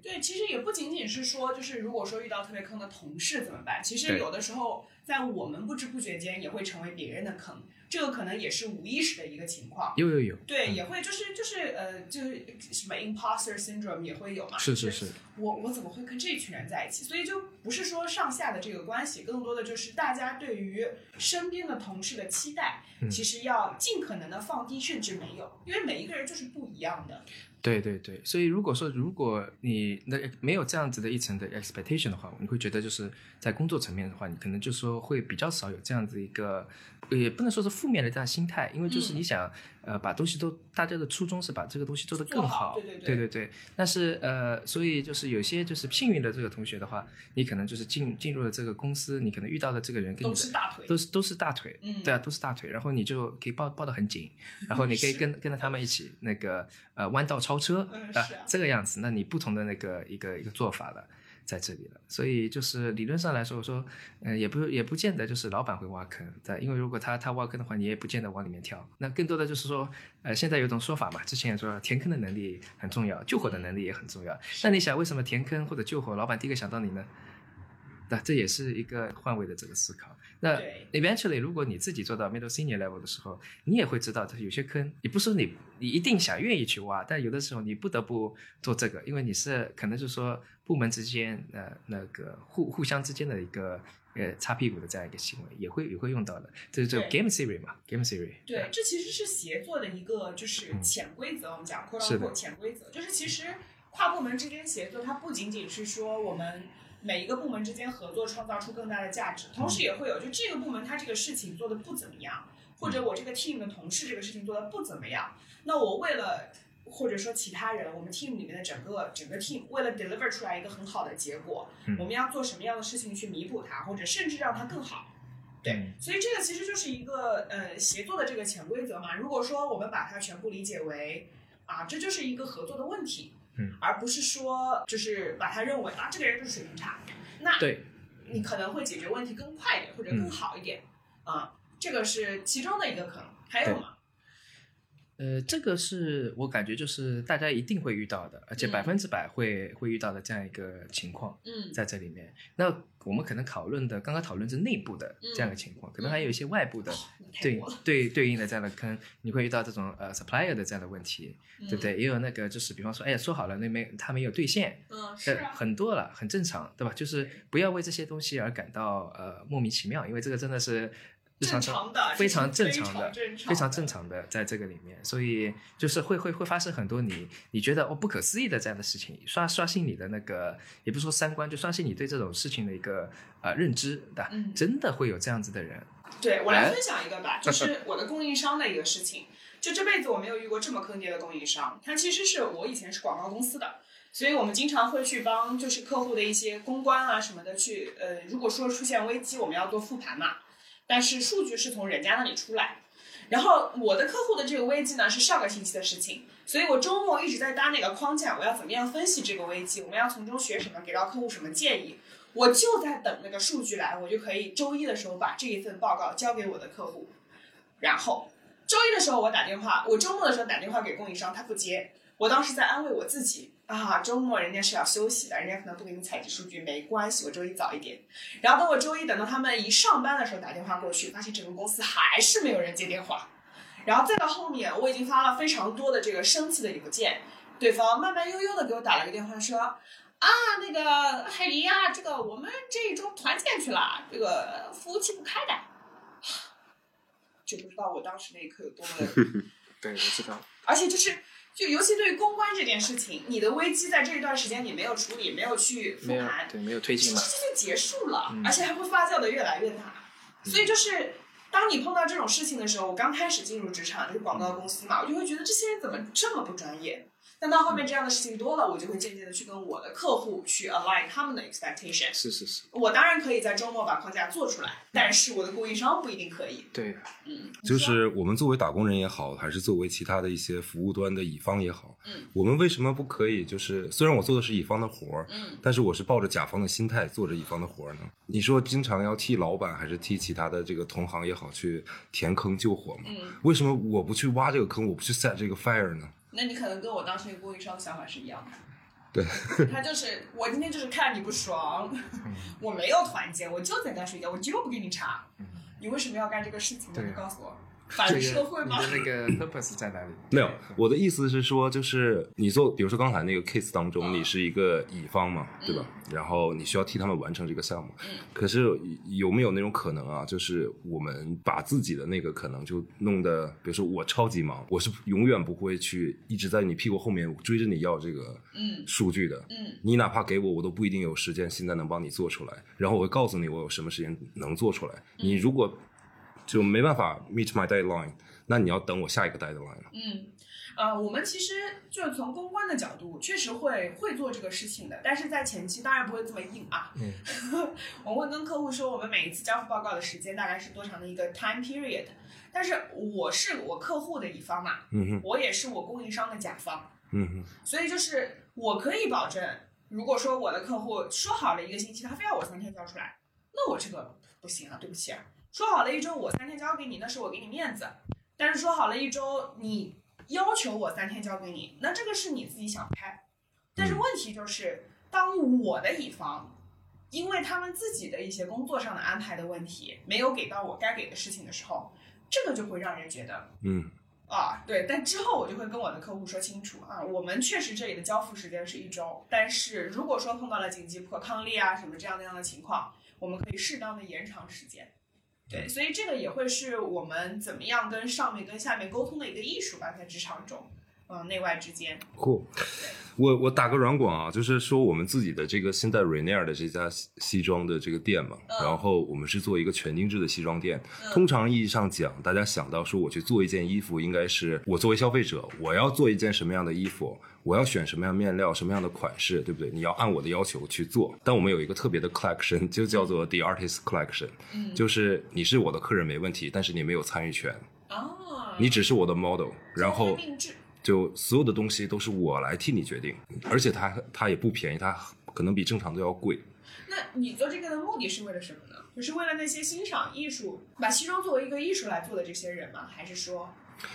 对，其实也不仅仅是说，就是如果说遇到特别坑的同事怎么办？其实对有的时候在我们不知不觉间也会成为别人的坑，这个可能也是无意识的一个情况。有有有，对，也会就是就是呃，就是什么 imposter syndrome 也会有嘛。是就是是，我我怎么会跟这群人在一起？所以就不是说上下的这个关系，更多的就是大家对于身边的同事的期待，嗯其实要尽可能的放低，甚至没有，因为每一个人就是不一样的。对对对。所以如果说如果你那没有这样子的一层的 expectation 的话，你会觉得就是在工作层面的话，你可能就说会比较少有这样子一个，也不能说是负面的这样心态，因为就是嗯你想、呃把东西都大家的初衷是把这个东西做得更做好对对对对对对，但是呃，所以就是有些就是幸运的这个同学的话，你可能就是进进入了这个公司，你可能遇到了这个人跟你都的是大腿，都是都是大腿，嗯对啊，都是大腿，然后你就可以抱抱得很紧，然后你可以跟跟着他们一起那个呃弯道超车，嗯啊是啊这个样子，那你不同的那个一个一个做法了。在这里了，所以就是理论上来说，我说，呃，也不也不见得就是老板会挖坑，对，因为如果他他挖坑的话，你也不见得往里面跳。那更多的就是说，呃，现在有种说法嘛，之前也说填坑的能力很重要，救火的能力也很重要。那你想，为什么填坑或者救火，老板第一个想到你呢？那这也是一个换位的这个思考。那对 eventually，如果你自己做到 middle senior level 的时候，你也会知道，它有些坑，也不是说你你一定想愿意去挖，但有的时候你不得不做这个，因为你是可能就是说部门之间呃那个互互相之间的一个呃擦屁股的这样一个行为，也会也会用到的。这就叫对 game theory 嘛，game theory。对，这其实是协作的一个就是潜规则，我们讲 “quote 嗯是 unquote” 的潜规则，就是其实跨部门之间协作，它不仅仅是说我们每一个部门之间合作创造出更大的价值，同嗯时也会有就这个部门它这个事情做的不怎么样，或嗯者我这个 team 的同事这个事情做的不怎么样，那我为了。或者说其他人，我们 team 里面的整个整个 team 为了 deliver 出来一个很好的结果，嗯我们要做什么样的事情去弥补它，或者甚至让它更好。对，所以这个其实就是一个呃协作的这个潜规则嘛。如果说我们把它全部理解为啊，这就是一个合作的问题，嗯，而不是说就是把它认为啊这个人就是水平差，那对，嗯你可能会解决问题更快一点或者更好一点、啊，这个是其中的一个可能。还有嘛，呃，这个是我感觉就是大家一定会遇到的，而且嗯百分之百会、会遇到的这样一个情况。嗯，在这里面。那我们可能讨论的，刚刚讨论是内部嗯的这样一个情况，可能还有一些外部的你太对多了， 对对应的这样的坑，你会遇到这种呃 supplier 的这样的问题，嗯对不对？也有那个就是，比方说，哎呀，说好了那没他没有兑现，嗯？嗯，是这啊，很多了，很正常，对吧？就是不要为这些东西而感到呃莫名其妙，因为这个真的是日常正生常的非常这正是常的、非非常正常的常正常的在这个里面，所以就是会会会发生很多你你觉得哦不可思议的这样的事情，刷刷新你的那个也不是说三观，就刷新你对这种事情的一个呃认知，对吧？嗯真的会有这样子的人，对我来哎分享一个吧，就是我的供应商的一个事情。就这辈子我没有遇过这么坑爹的供应商，他其实是我以前是广告公司的，所以我们经常会去帮就是客户的一些公关啊什么的去，呃，如果说出现危机，我们要做复盘嘛。但是数据是从人家那里出来，然后我的客户的这个危机呢是上个星期的事情，所以我周末一直在搭那个框架，我要怎么样分析这个危机，我们要从中学什么，给到客户什么建议，我就在等那个数据来，我就可以周一的时候把这一份报告交给我的客户，然后周一的时候我打电话，我周末的时候打电话给供应商，他不接，我当时在安慰我自己啊，周末人家是要休息的，人家可能不给你采集数据，没关系，我周一早一点。然后等我周一等到他们一上班的时候打电话过去，发现整个公司还是没有人接电话。然后再到后面，我已经发了非常多的这个生气的邮件，对方慢慢悠悠的给我打了个电话说，啊，那个海狸呀、这个我们这一周团建去了，这个服务器不开的， 就不知道我当时那一刻有多么的， 对，我知道，而且就是就尤其对于公关这件事情，你的危机在这一段时间你没有处理，没有去复盘，对没有推这进 件嘛，事就结束了，嗯而且还会发酵的越来越大。所以就是，当你碰到这种事情的时候，我刚开始进入职场就是广告公司嘛，我就会觉得这些人怎么这么不专业。但到后面这样的事情多了，我就会渐渐的去跟我的客户去 align 他们的 expectation。是是是，我当然可以在周末把框架做出来，但是我的供应商不一定可以。对，嗯，就是我们作为打工人也好，还是作为其他的一些服务端的乙方也好，嗯我们为什么不可以？就是虽然我做的是乙方的活儿，嗯但是我是抱着甲方的心态做着乙方的活儿呢。你说经常要替老板还是替其他的这个同行也好去填坑救火嘛？嗯，为什么我不去挖这个坑，我不去 set 这个 fire 呢？那你可能跟我当时一个供应商的想法是一样的。对， 他就是我今天就是看你不爽，嗯 我没有团建，我就在家睡觉，我就不给你查，你为什么要干这个事情嗯呢？对啊你告诉我，反社会吗这？个你的那个 purpose 在哪里？没有，我的意思是说，就是你做，比如说刚才那个 case 当中，嗯你是一个乙方嘛，对吧？然后你需要替他们完成这个项目。嗯可是有没有那种可能啊？就是我们把自己的那个可能就弄得，比如说我超级忙，我是永远不会去一直在你屁股后面追着你要这个嗯数据的。嗯你哪怕给我，我都不一定有时间现在能帮你做出来。然后我会告诉你我有什么时间能做出来。你如果就没办法 meet my deadline，那你要等我下一个 deadline 了。嗯，呃，我们其实就是从公关的角度，确实会会做这个事情的，但是在前期当然不会这么硬啊。嗯， 我会跟客户说，我们每一次交付报告的时间大概是多长的一个 time period，但是我是我客户的乙方嘛，嗯哼，我也是我供应商的甲方，嗯哼。所以就是我可以保证，如果说我的客户说好了一个星期，他非要我三天交出来，那我这个不行啊，对不起啊。说好了一周我三天交给你，那是我给你面子，但是说好了一周你要求我三天交给你，那这个是你自己想不开。但是问题就是，当我的乙方因为他们自己的一些工作上的安排的问题，没有给到我该给的事情的时候，这个就会让人觉得嗯啊，对，但之后我就会跟我的客户说清楚啊，我们确实这里的交付时间是一周，但是如果说碰到了紧急不可抗力啊什么这样那样的情况，我们可以适当的延长时间。对，所以这个也会是我们怎么样跟上面跟下面沟通的一个艺术吧，在职场中，嗯，内外之间，酷。我我打个软广啊，就是说我们自己的这个现在 Rainier 的这家西西装的这个店嘛，嗯然后我们是做一个全定制的西装店。嗯通常意义上讲，大家想到说我去做一件衣服，应该是我作为消费者，我要做一件什么样的衣服，我要选什么样的面料，什么样的款式，对不对？你要按我的要求去做。但我们有一个特别的 collection，就叫做 The Artist Collection，嗯，就是你是我的客人没问题，但是你没有参与权，啊，你只是我的 model，然后。定制，就所有的东西都是我来替你决定，而且它它也不便宜，它可能比正常都要贵。那你做这个的目的是为了什么呢？就是为了那些欣赏艺术，把西装作为一个艺术来做的这些人吗？还是说，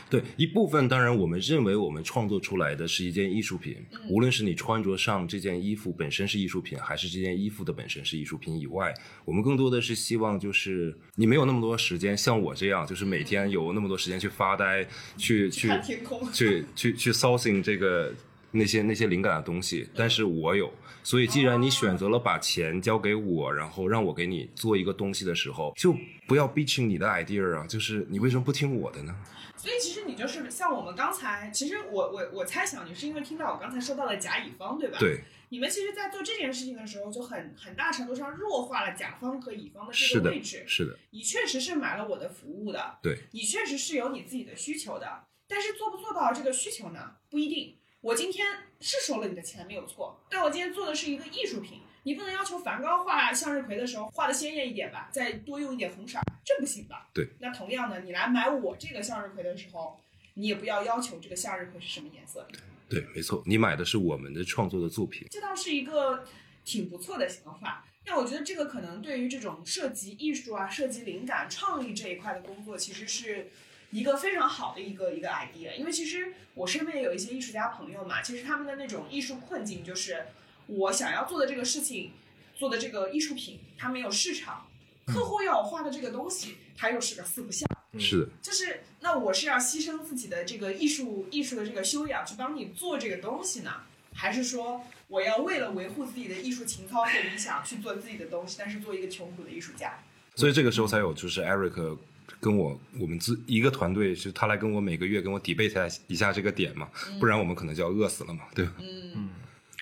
对，一部分当然我们认为我们创作出来的是一件艺术品，嗯无论是你穿着上这件衣服本身是艺术品，还是这件衣服的本身是艺术品以外，我们更多的是希望就是你没有那么多时间，像我这样，就是每天有那么多时间去发呆，去去看天空去去去 sourcing 这个那些那些灵感的东西，但是我有，所以既然你选择了把钱交给我，然后让我给你做一个东西的时候，就不要 bitching 你的 idea 啊，就是你为什么不听我的呢？所以其实你就是像我们刚才，其实我我我猜想你是因为听到我刚才说到的甲乙方，对吧？。对，你们其实，在做这件事情的时候，就很很大程度上弱化了甲方和乙方的这是个的位，置。是的，你确实是买了我的服务的，对，你确实是有你自己的需求的，但是做不做到这个需求呢？不一定。我今天是收了你的钱没有错，但我今天做的是一个艺术品，你不能要求梵高画向日葵的时候画的鲜艳一点吧，再多用一点红色儿，这不行吧？对。那同样的，你来买我这个向日葵的时候，你也不要要求这个向日葵是什么颜色的，对，没错，你买的是我们的创作的作品，这倒是一个挺不错的想法。但我觉得这个可能对于这种涉及艺术啊、涉及灵感、创意这一块的工作，其实是一个非常好的一个一个 idea。因为其实我身边有一些艺术家朋友嘛，其实他们的那种艺术困境就是，我想要做的这个事情，做的这个艺术品，它没有市场，客户要我画的这个东西，它又是个四不像。嗯是的，就是那我是要牺牲自己的这个艺术艺术的这个修养去帮你做这个东西呢，还是说我要为了维护自己的艺术情操和理想去做自己的东西，但是做一个穷苦的艺术家？所以这个时候才有就是 Eric 跟我我们自一个团队，就他来跟我每个月跟我 debate 一下这个点嘛，不然我们可能就要饿死了嘛，对吧？嗯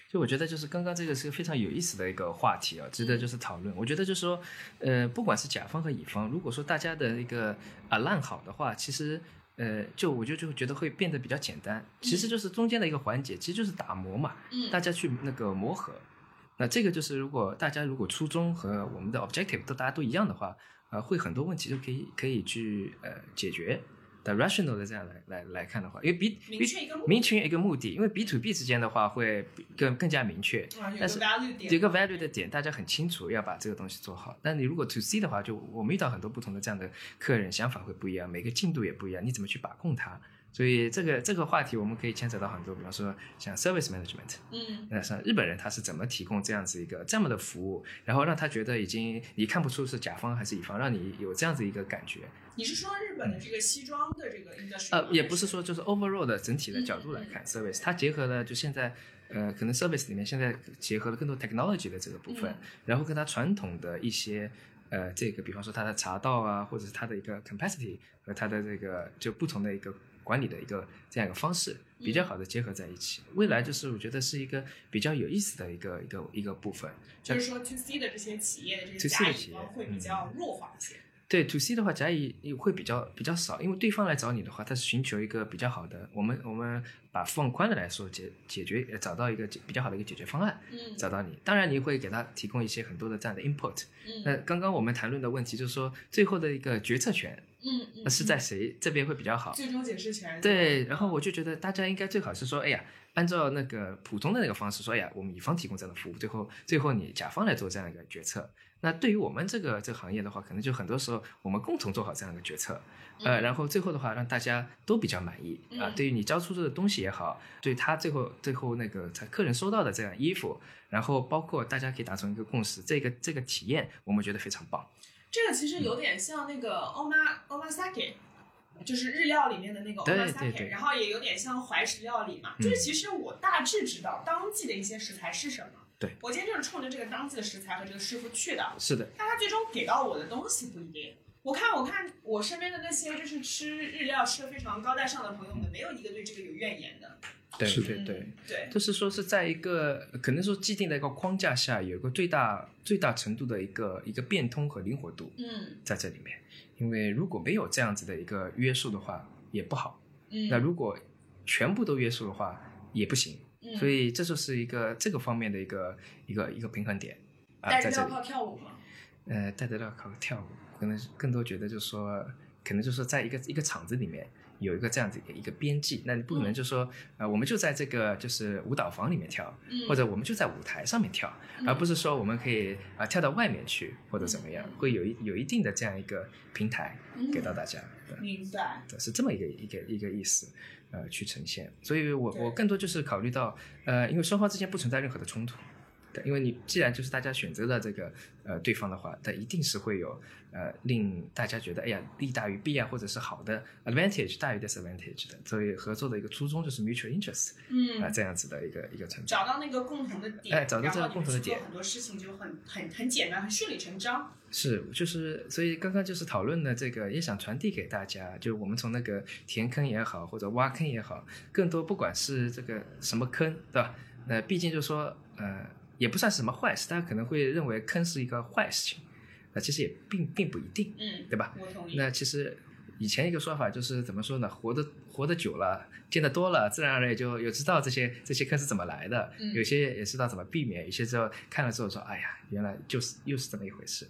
就我觉得就是刚刚这个是非常有意思的一个话题啊，值得就是讨论。我觉得就是说，呃，不管是甲方和乙方，如果说大家的一个啊烂好的话，其实呃，就我就就觉得会变得比较简单。其实就是中间的一个环节，其实就是打磨嘛，嗯大家去那个磨合。那这个就是如果大家如果初衷和我们的 objective 都大家都一样的话，呃，会很多问题就可以可以去呃解决。但 rational 的这样来来来看的话，因为 B 明确一个目的明确一个目的，因为 B to B 之间的话会更更加明确，啊，有个但是 value 点，这个 value 的点，大家很清楚要把这个东西做好。但你如果 to C 的话，就我们遇到很多不同的这样的客人，想法会不一样，每个进度也不一样，你怎么去把控它？所以这个这个话题我们可以牵扯到很多，比方说像 service management，嗯那像日本人他是怎么提供这样子一个这么的服务，然后让他觉得已经你看不出是甲方还是乙方，让你有这样子一个感觉。你是说日本的这个西装的这个 industry？呃吗，嗯也不是说就是 overall 的整体的角度来看，service 它结合了就现在呃可能 service 里面现在结合了更多 technology 的这个部分，嗯然后跟它传统的一些呃这个比方说它的茶道啊，或者是它的一个 capacity 和它的这个就不同的一个管理的一个这样一个方式，比嗯较好的结合在一起。未来就是我觉得是一个比较有意思的一个一个一个部分。就是说 to C 的这些企业的这个 to C 甲的乙企业嗯方会比较弱化一些。对 to C 的话，甲乙会比较比较少，因为对方来找你的话，他是寻求一个比较好的，我们我们把放宽的来说解解决，呃找到一个解比较好的一个解决方案，嗯找到你。当然你会给他提供一些很多的这样的 input。那嗯刚刚我们谈论的问题就是说，最后的一个决策权嗯那嗯，是在谁这边会比较好？最终解释权。对，然后我就觉得大家应该最好是说，哎呀，按照那个普通的那个方式说，哎呀，我们乙方提供这样的服务，最后最后你甲方来做这样一个决策。那对于我们这个这个行业的话，可能就很多时候我们共同做好这样一个决策，呃，然后最后的话让大家都比较满意啊。嗯对于你交出这个东西也好，对他最后最后那个他客人收到的这样衣服，然后包括大家可以达成一个共识，这个这个体验我们觉得非常棒。这个其实嗯有点像那个 oma omasake，就是日料里面的那个对对 omasake，对然后也有点像怀石料理嘛。嗯就是其实我大致知道当季的一些食材是什么。对，我今天就是冲着这个当季的食材和这个师傅去的。是的，但他最终给到我的东西不一定。我看，我看我身边的那些就是吃日料吃的非常高大上的朋友们，没有一个对这个有怨言的。对是的对对。嗯对，就是说是在一个可能说既定的一个框架下，有一个最大最大程度的一个一个变通和灵活度嗯在这里面。因为如果没有这样子的一个约束的话，也不好。嗯，那如果全部都约束的话，也不行。嗯所以这就是一个这个方面的一个一个一个平衡点啊、带在着这料里。泡跳舞嘛，呃，带得到考跳舞，可能是更多觉得就是说，可能就是在一个一个场子里面有一个这样子一个一个边际，那你不可嗯能就说，呃，我们就在这个就是舞蹈房里面跳，嗯或者我们就在舞台上面跳，嗯而不是说我们可以啊、呃跳到外面去或者怎么嗯样，会有一有一定的这样一个平台给到大家。对明白。对是这么一个一个一个意思，呃，去呈现。所以我对我更多就是考虑到，呃，因为双方之间不存在任何的冲突，对，因为你既然就是大家选择了这个呃对方的话，那一定是会有呃令大家觉得哎呀利大于弊啊，或者是好的 advantage 大于 disadvantage 的。所以合作的一个初衷就是 mutual interest 啊、嗯，这样子的一个一个存在。找到那个共同的点，哎找到这个共同的点然后你们去做很多事情就很很很简单，很顺理成章。是，就是所以刚刚就是讨论的这个，也想传递给大家，就是我们从那个填坑也好，或者挖坑也好，更多不管是这个什么坑，对吧？那毕竟就说，呃，也不算什么坏事，大家可能会认为坑是一个坏事情，那其实也并并不一定，嗯，对吧？我同意。那其实以前一个说法就是怎么说呢？活得活得久了，见得多了，自然而然也就有知道这些这些坑是怎么来的，嗯有些也知道怎么避免，有些之后看了之后说，哎呀，原来就是又是这么一回事。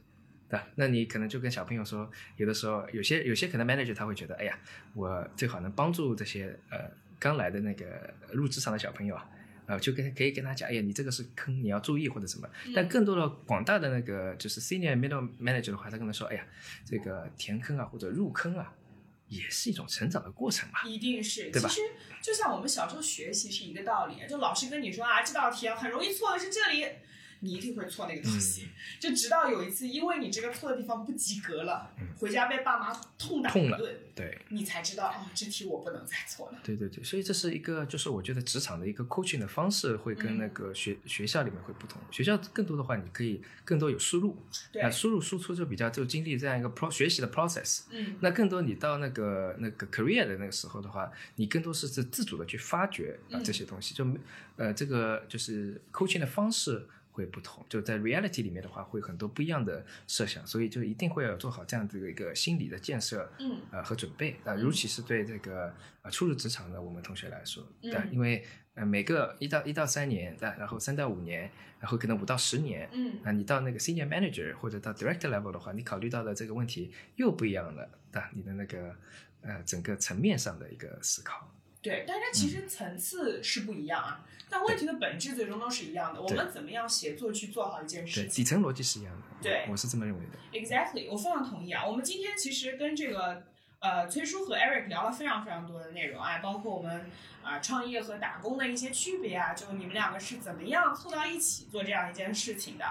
对吧，那你可能就跟小朋友说，有的时候有些有些可能 manager 他会觉得，哎呀，我最好能帮助这些呃刚来的那个呃入职场的小朋友啊，呃，就跟可以跟他讲，哎呀，你这个是坑，你要注意或者什么。嗯但更多的广大的那个就是 senior middle manager 的话，他可能说，哎呀，这个填坑啊或者入坑啊，也是一种成长的过程嘛。一定是，对吧其实就像我们小时候学习是一个道理，就老师跟你说啊，这道题啊很容易错的是这里，你一定会错那个东西，嗯就直到有一次，因为你这个错的地方不及格了，回家被爸妈痛打一嗯痛了顿，对，你才知道哦，这题我不能再错了。对对对，所以这是一个，就是我觉得职场的一个 coaching 的方式会跟那个学、学校里面会不同。学校更多的话，你可以更多有输入，对那输入输出就比较就经历这样一个 pro 学习的 process。嗯那更多你到那个那个 career 的那个时候的话，你更多是自自主的去发掘啊、嗯这些东西，就没呃这个就是 coaching 的方式。会不同。就在 reality 里面的话，会很多不一样的设想，所以就一定会要做好这样的一个心理的建设，嗯，呃和准备。啊、尤其是对这个呃初入职场的我们同学来说，嗯对，因为呃每个一到一到三年，对，然后三到五年，然后可能五到十年，嗯啊，你到那个 senior manager 或者到 director level 的话，你考虑到的这个问题又不一样了，对吧，你的那个呃整个层面上的一个思考。对，但是其实层次是不一样啊，但问题的本质最终都是一样的。我们怎么样协作去做好一件对，事情底层逻辑是一样的，对我是这么认为的。 ？Exactly，我非常同意啊。我们今天其实跟这个呃崔叔和 Eric 聊了非常非常多的内容啊，包括我们啊、创业和打工的一些区别啊，就你们两个是怎么样凑到一起做这样一件事情的，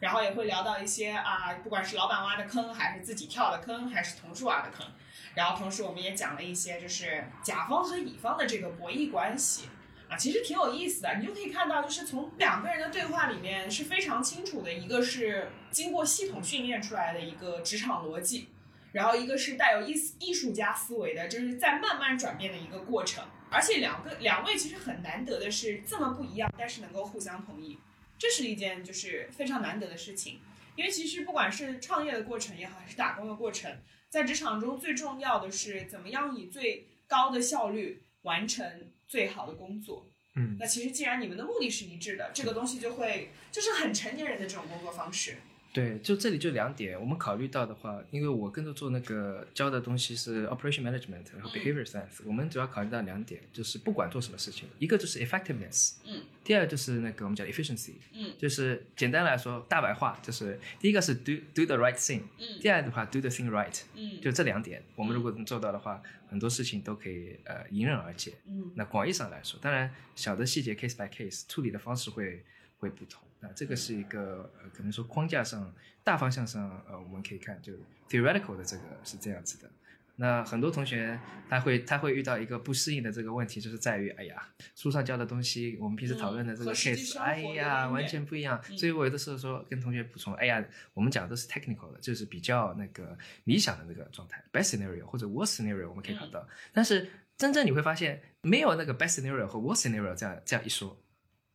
然后也会聊到一些啊、不管是老板挖的坑，还是自己跳的坑，还是同事挖的坑。然后同时我们也讲了一些就是甲方和乙方的这个博弈关系啊，其实挺有意思的。你就可以看到，就是从两个人的对话里面是非常清楚的，一个是经过系统训练出来的一个职场逻辑，然后一个是带有艺艺术家思维的，就是在慢慢转变的一个过程。而且两个两位其实很难得的是这么不一样，但是能够互相同意，这是一件就是非常难得的事情。因为其实不管是创业的过程也好，还是打工的过程，在职场中最重要的是怎么样以最高的效率完成最好的工作。嗯，那其实既然你们的目的是一致的，这个东西就会就是很成年人的这种工作方式。对，就这里就两点，我们考虑到的话，因为我更多做那个教的东西是 operation management 然后嗯 behavior science，、我们主要考虑到两点，就是不管做什么事情，一个就是 effectiveness，嗯，第二就是那个我们叫 efficiency，嗯就是简单来说大白话就是第一个是 do do the right thing，嗯第二的话 do the thing right，嗯就这两点，我们如果能做到的话，很多事情都可以呃迎刃而解。嗯那广义上来说，当然小的细节 case by case 处理的方式会会不同。那这个是一个呃，可能说框架上、大方向上，呃，我们可以看就 theoretical 的这个是这样子的。那很多同学他会他会遇到一个不适应的这个问题，就是在于，哎呀，书上教的东西，我们平时讨论的这嗯和个实际 case，、生活哎有呀，点完全不一样。嗯所以我有的时候说跟同学补充，哎呀，我们讲的都是 technical 的，就是比较那个理想的那个状态，best scenario 或者 worst scenario，我们可以看到。但是真正你会发现，没有那个 best scenario 和 worst scenario 这样这样一说，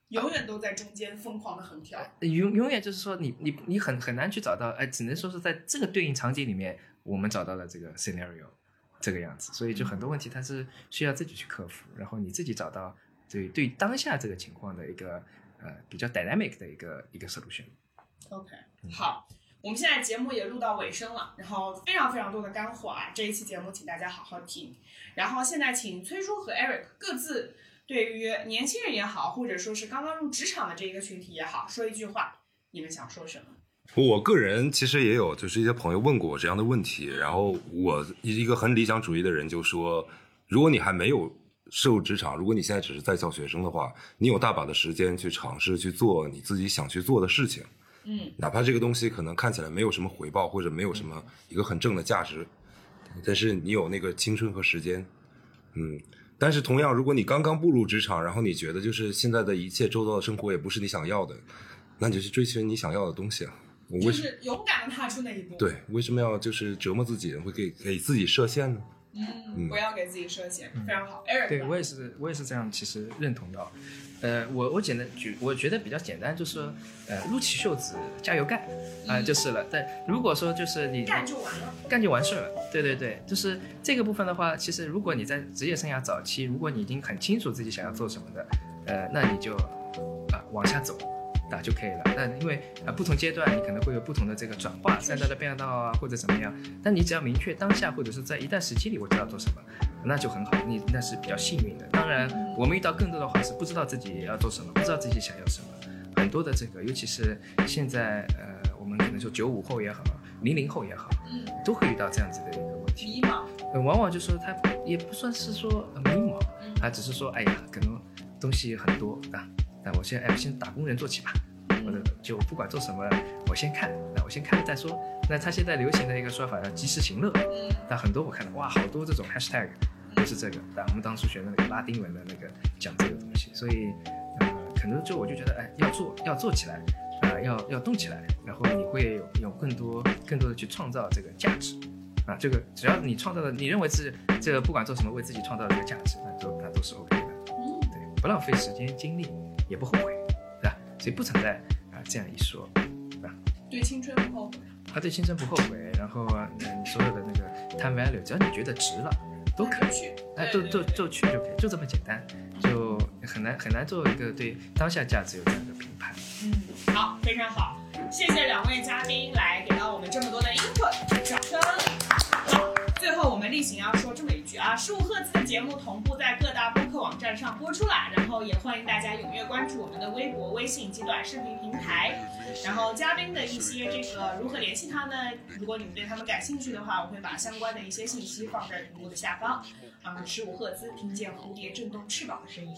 永远都在中间疯狂的横跳。永永远就是说你你你很很难去找到，哎，只能说是在这个对应场景里面，我们找到了这个 scenario 这个样子，所以就很多问题它是需要自己去克服，然后你自己找到对对当下这个情况的一个呃比较 dynamic 的一个一个 solution。 OK，好，我们现在节目也录到尾声了，然后非常非常多的干货啊，这一期节目请大家好好听。然后现在请崔叔和 Eric 各自对于年轻人也好，或者说是刚刚入职场的这一个群体也好，说一句话，你们想说什么？我个人其实也有，就是一些朋友问过我这样的问题，然后我一个很理想主义的人就说，如果你还没有涉入职场，如果你现在只是在校学生的话，你有大把的时间去尝试去做你自己想去做的事情，嗯哪怕这个东西可能看起来没有什么回报或者没有什么一个很正的价值，但是你有那个青春和时间，嗯。但是同样，如果你刚刚步入职场，然后你觉得就是现在的一切周遭的生活也不是你想要的，那你就去追寻你想要的东西啊。我为什就么是勇敢的踏出那一步，，对，为什么要就是折磨自己，会给给自己设限呢？嗯，不要给自己设限，非常好。Eric，啊 对吧我也是，我也是这样，其实认同的。呃，我我简单举，我觉得比较简单，就是说，呃，撸起袖子加油干，啊、就是了。但如果说就是你嗯干就完了，干就完事儿了。对对对，就是这个部分的话，其实如果你在职业生涯早期，如果你已经很清楚自己想要做什么的，呃，那你就啊、往下走。打就可以了。那因为啊、呃不同阶段你可能会有不同的这个转化，赛道的变道啊，或者怎么样。但你只要明确当下，或者是在一段时期里我知道做什么，那就很好，你那是比较幸运的。当然，我们遇到更多的话是不知道自己要做什么，不知道自己想要什么。很多的这个，尤其是现在呃，我们可能说九五后也好，零零后也好，嗯，都会遇到这样子的一个问题。迷茫，呃往往就说他也不算是说呃迷茫，嗯啊，只是说哎呀，可能东西很多啊，那我先哎先打工人做起吧，或者就不管做什么，我先看，那我先看了再说。那他现在流行的一个说法叫及时行乐，嗯那很多我看到哇，好多这种 hashtag 都是这个。但我们当初学的那个拉丁文的那个讲这个东西，所以呃，可能就我就觉得，哎，要做要做起来，啊、要要动起来，然后你会有有更多更多的去创造这个价值。啊，这个只要你创造的，你认为是这个不管做什么，为自己创造的这个价值，那都那都是 OK 的。嗯对，不浪费时间精力，也不后悔，对吧？所以不存在啊、他这样一说，对青春不后悔。他对青春不后悔，然后嗯，所有的那个 time value，只要你觉得值了，都可以。去，哎，对就对就对就去就可以，就这么简单，就很难很难做一个对当下价值有这样的评判。嗯，好，非常好，谢谢两位嘉宾来给到我们这么多的 input，掌声。好，最后我们例行要说这么一句啊，十五赫兹的节目同步在各大播客网站上播出啦，然后也欢迎大家踊跃关注我们的微博、微信及短视频平台。然后嘉宾的一些这个如何联系他们，如果你们对他们感兴趣的话，我会把相关的一些信息放在屏幕的下方。啊，十五赫兹，听见蝴蝶振动翅膀的声音。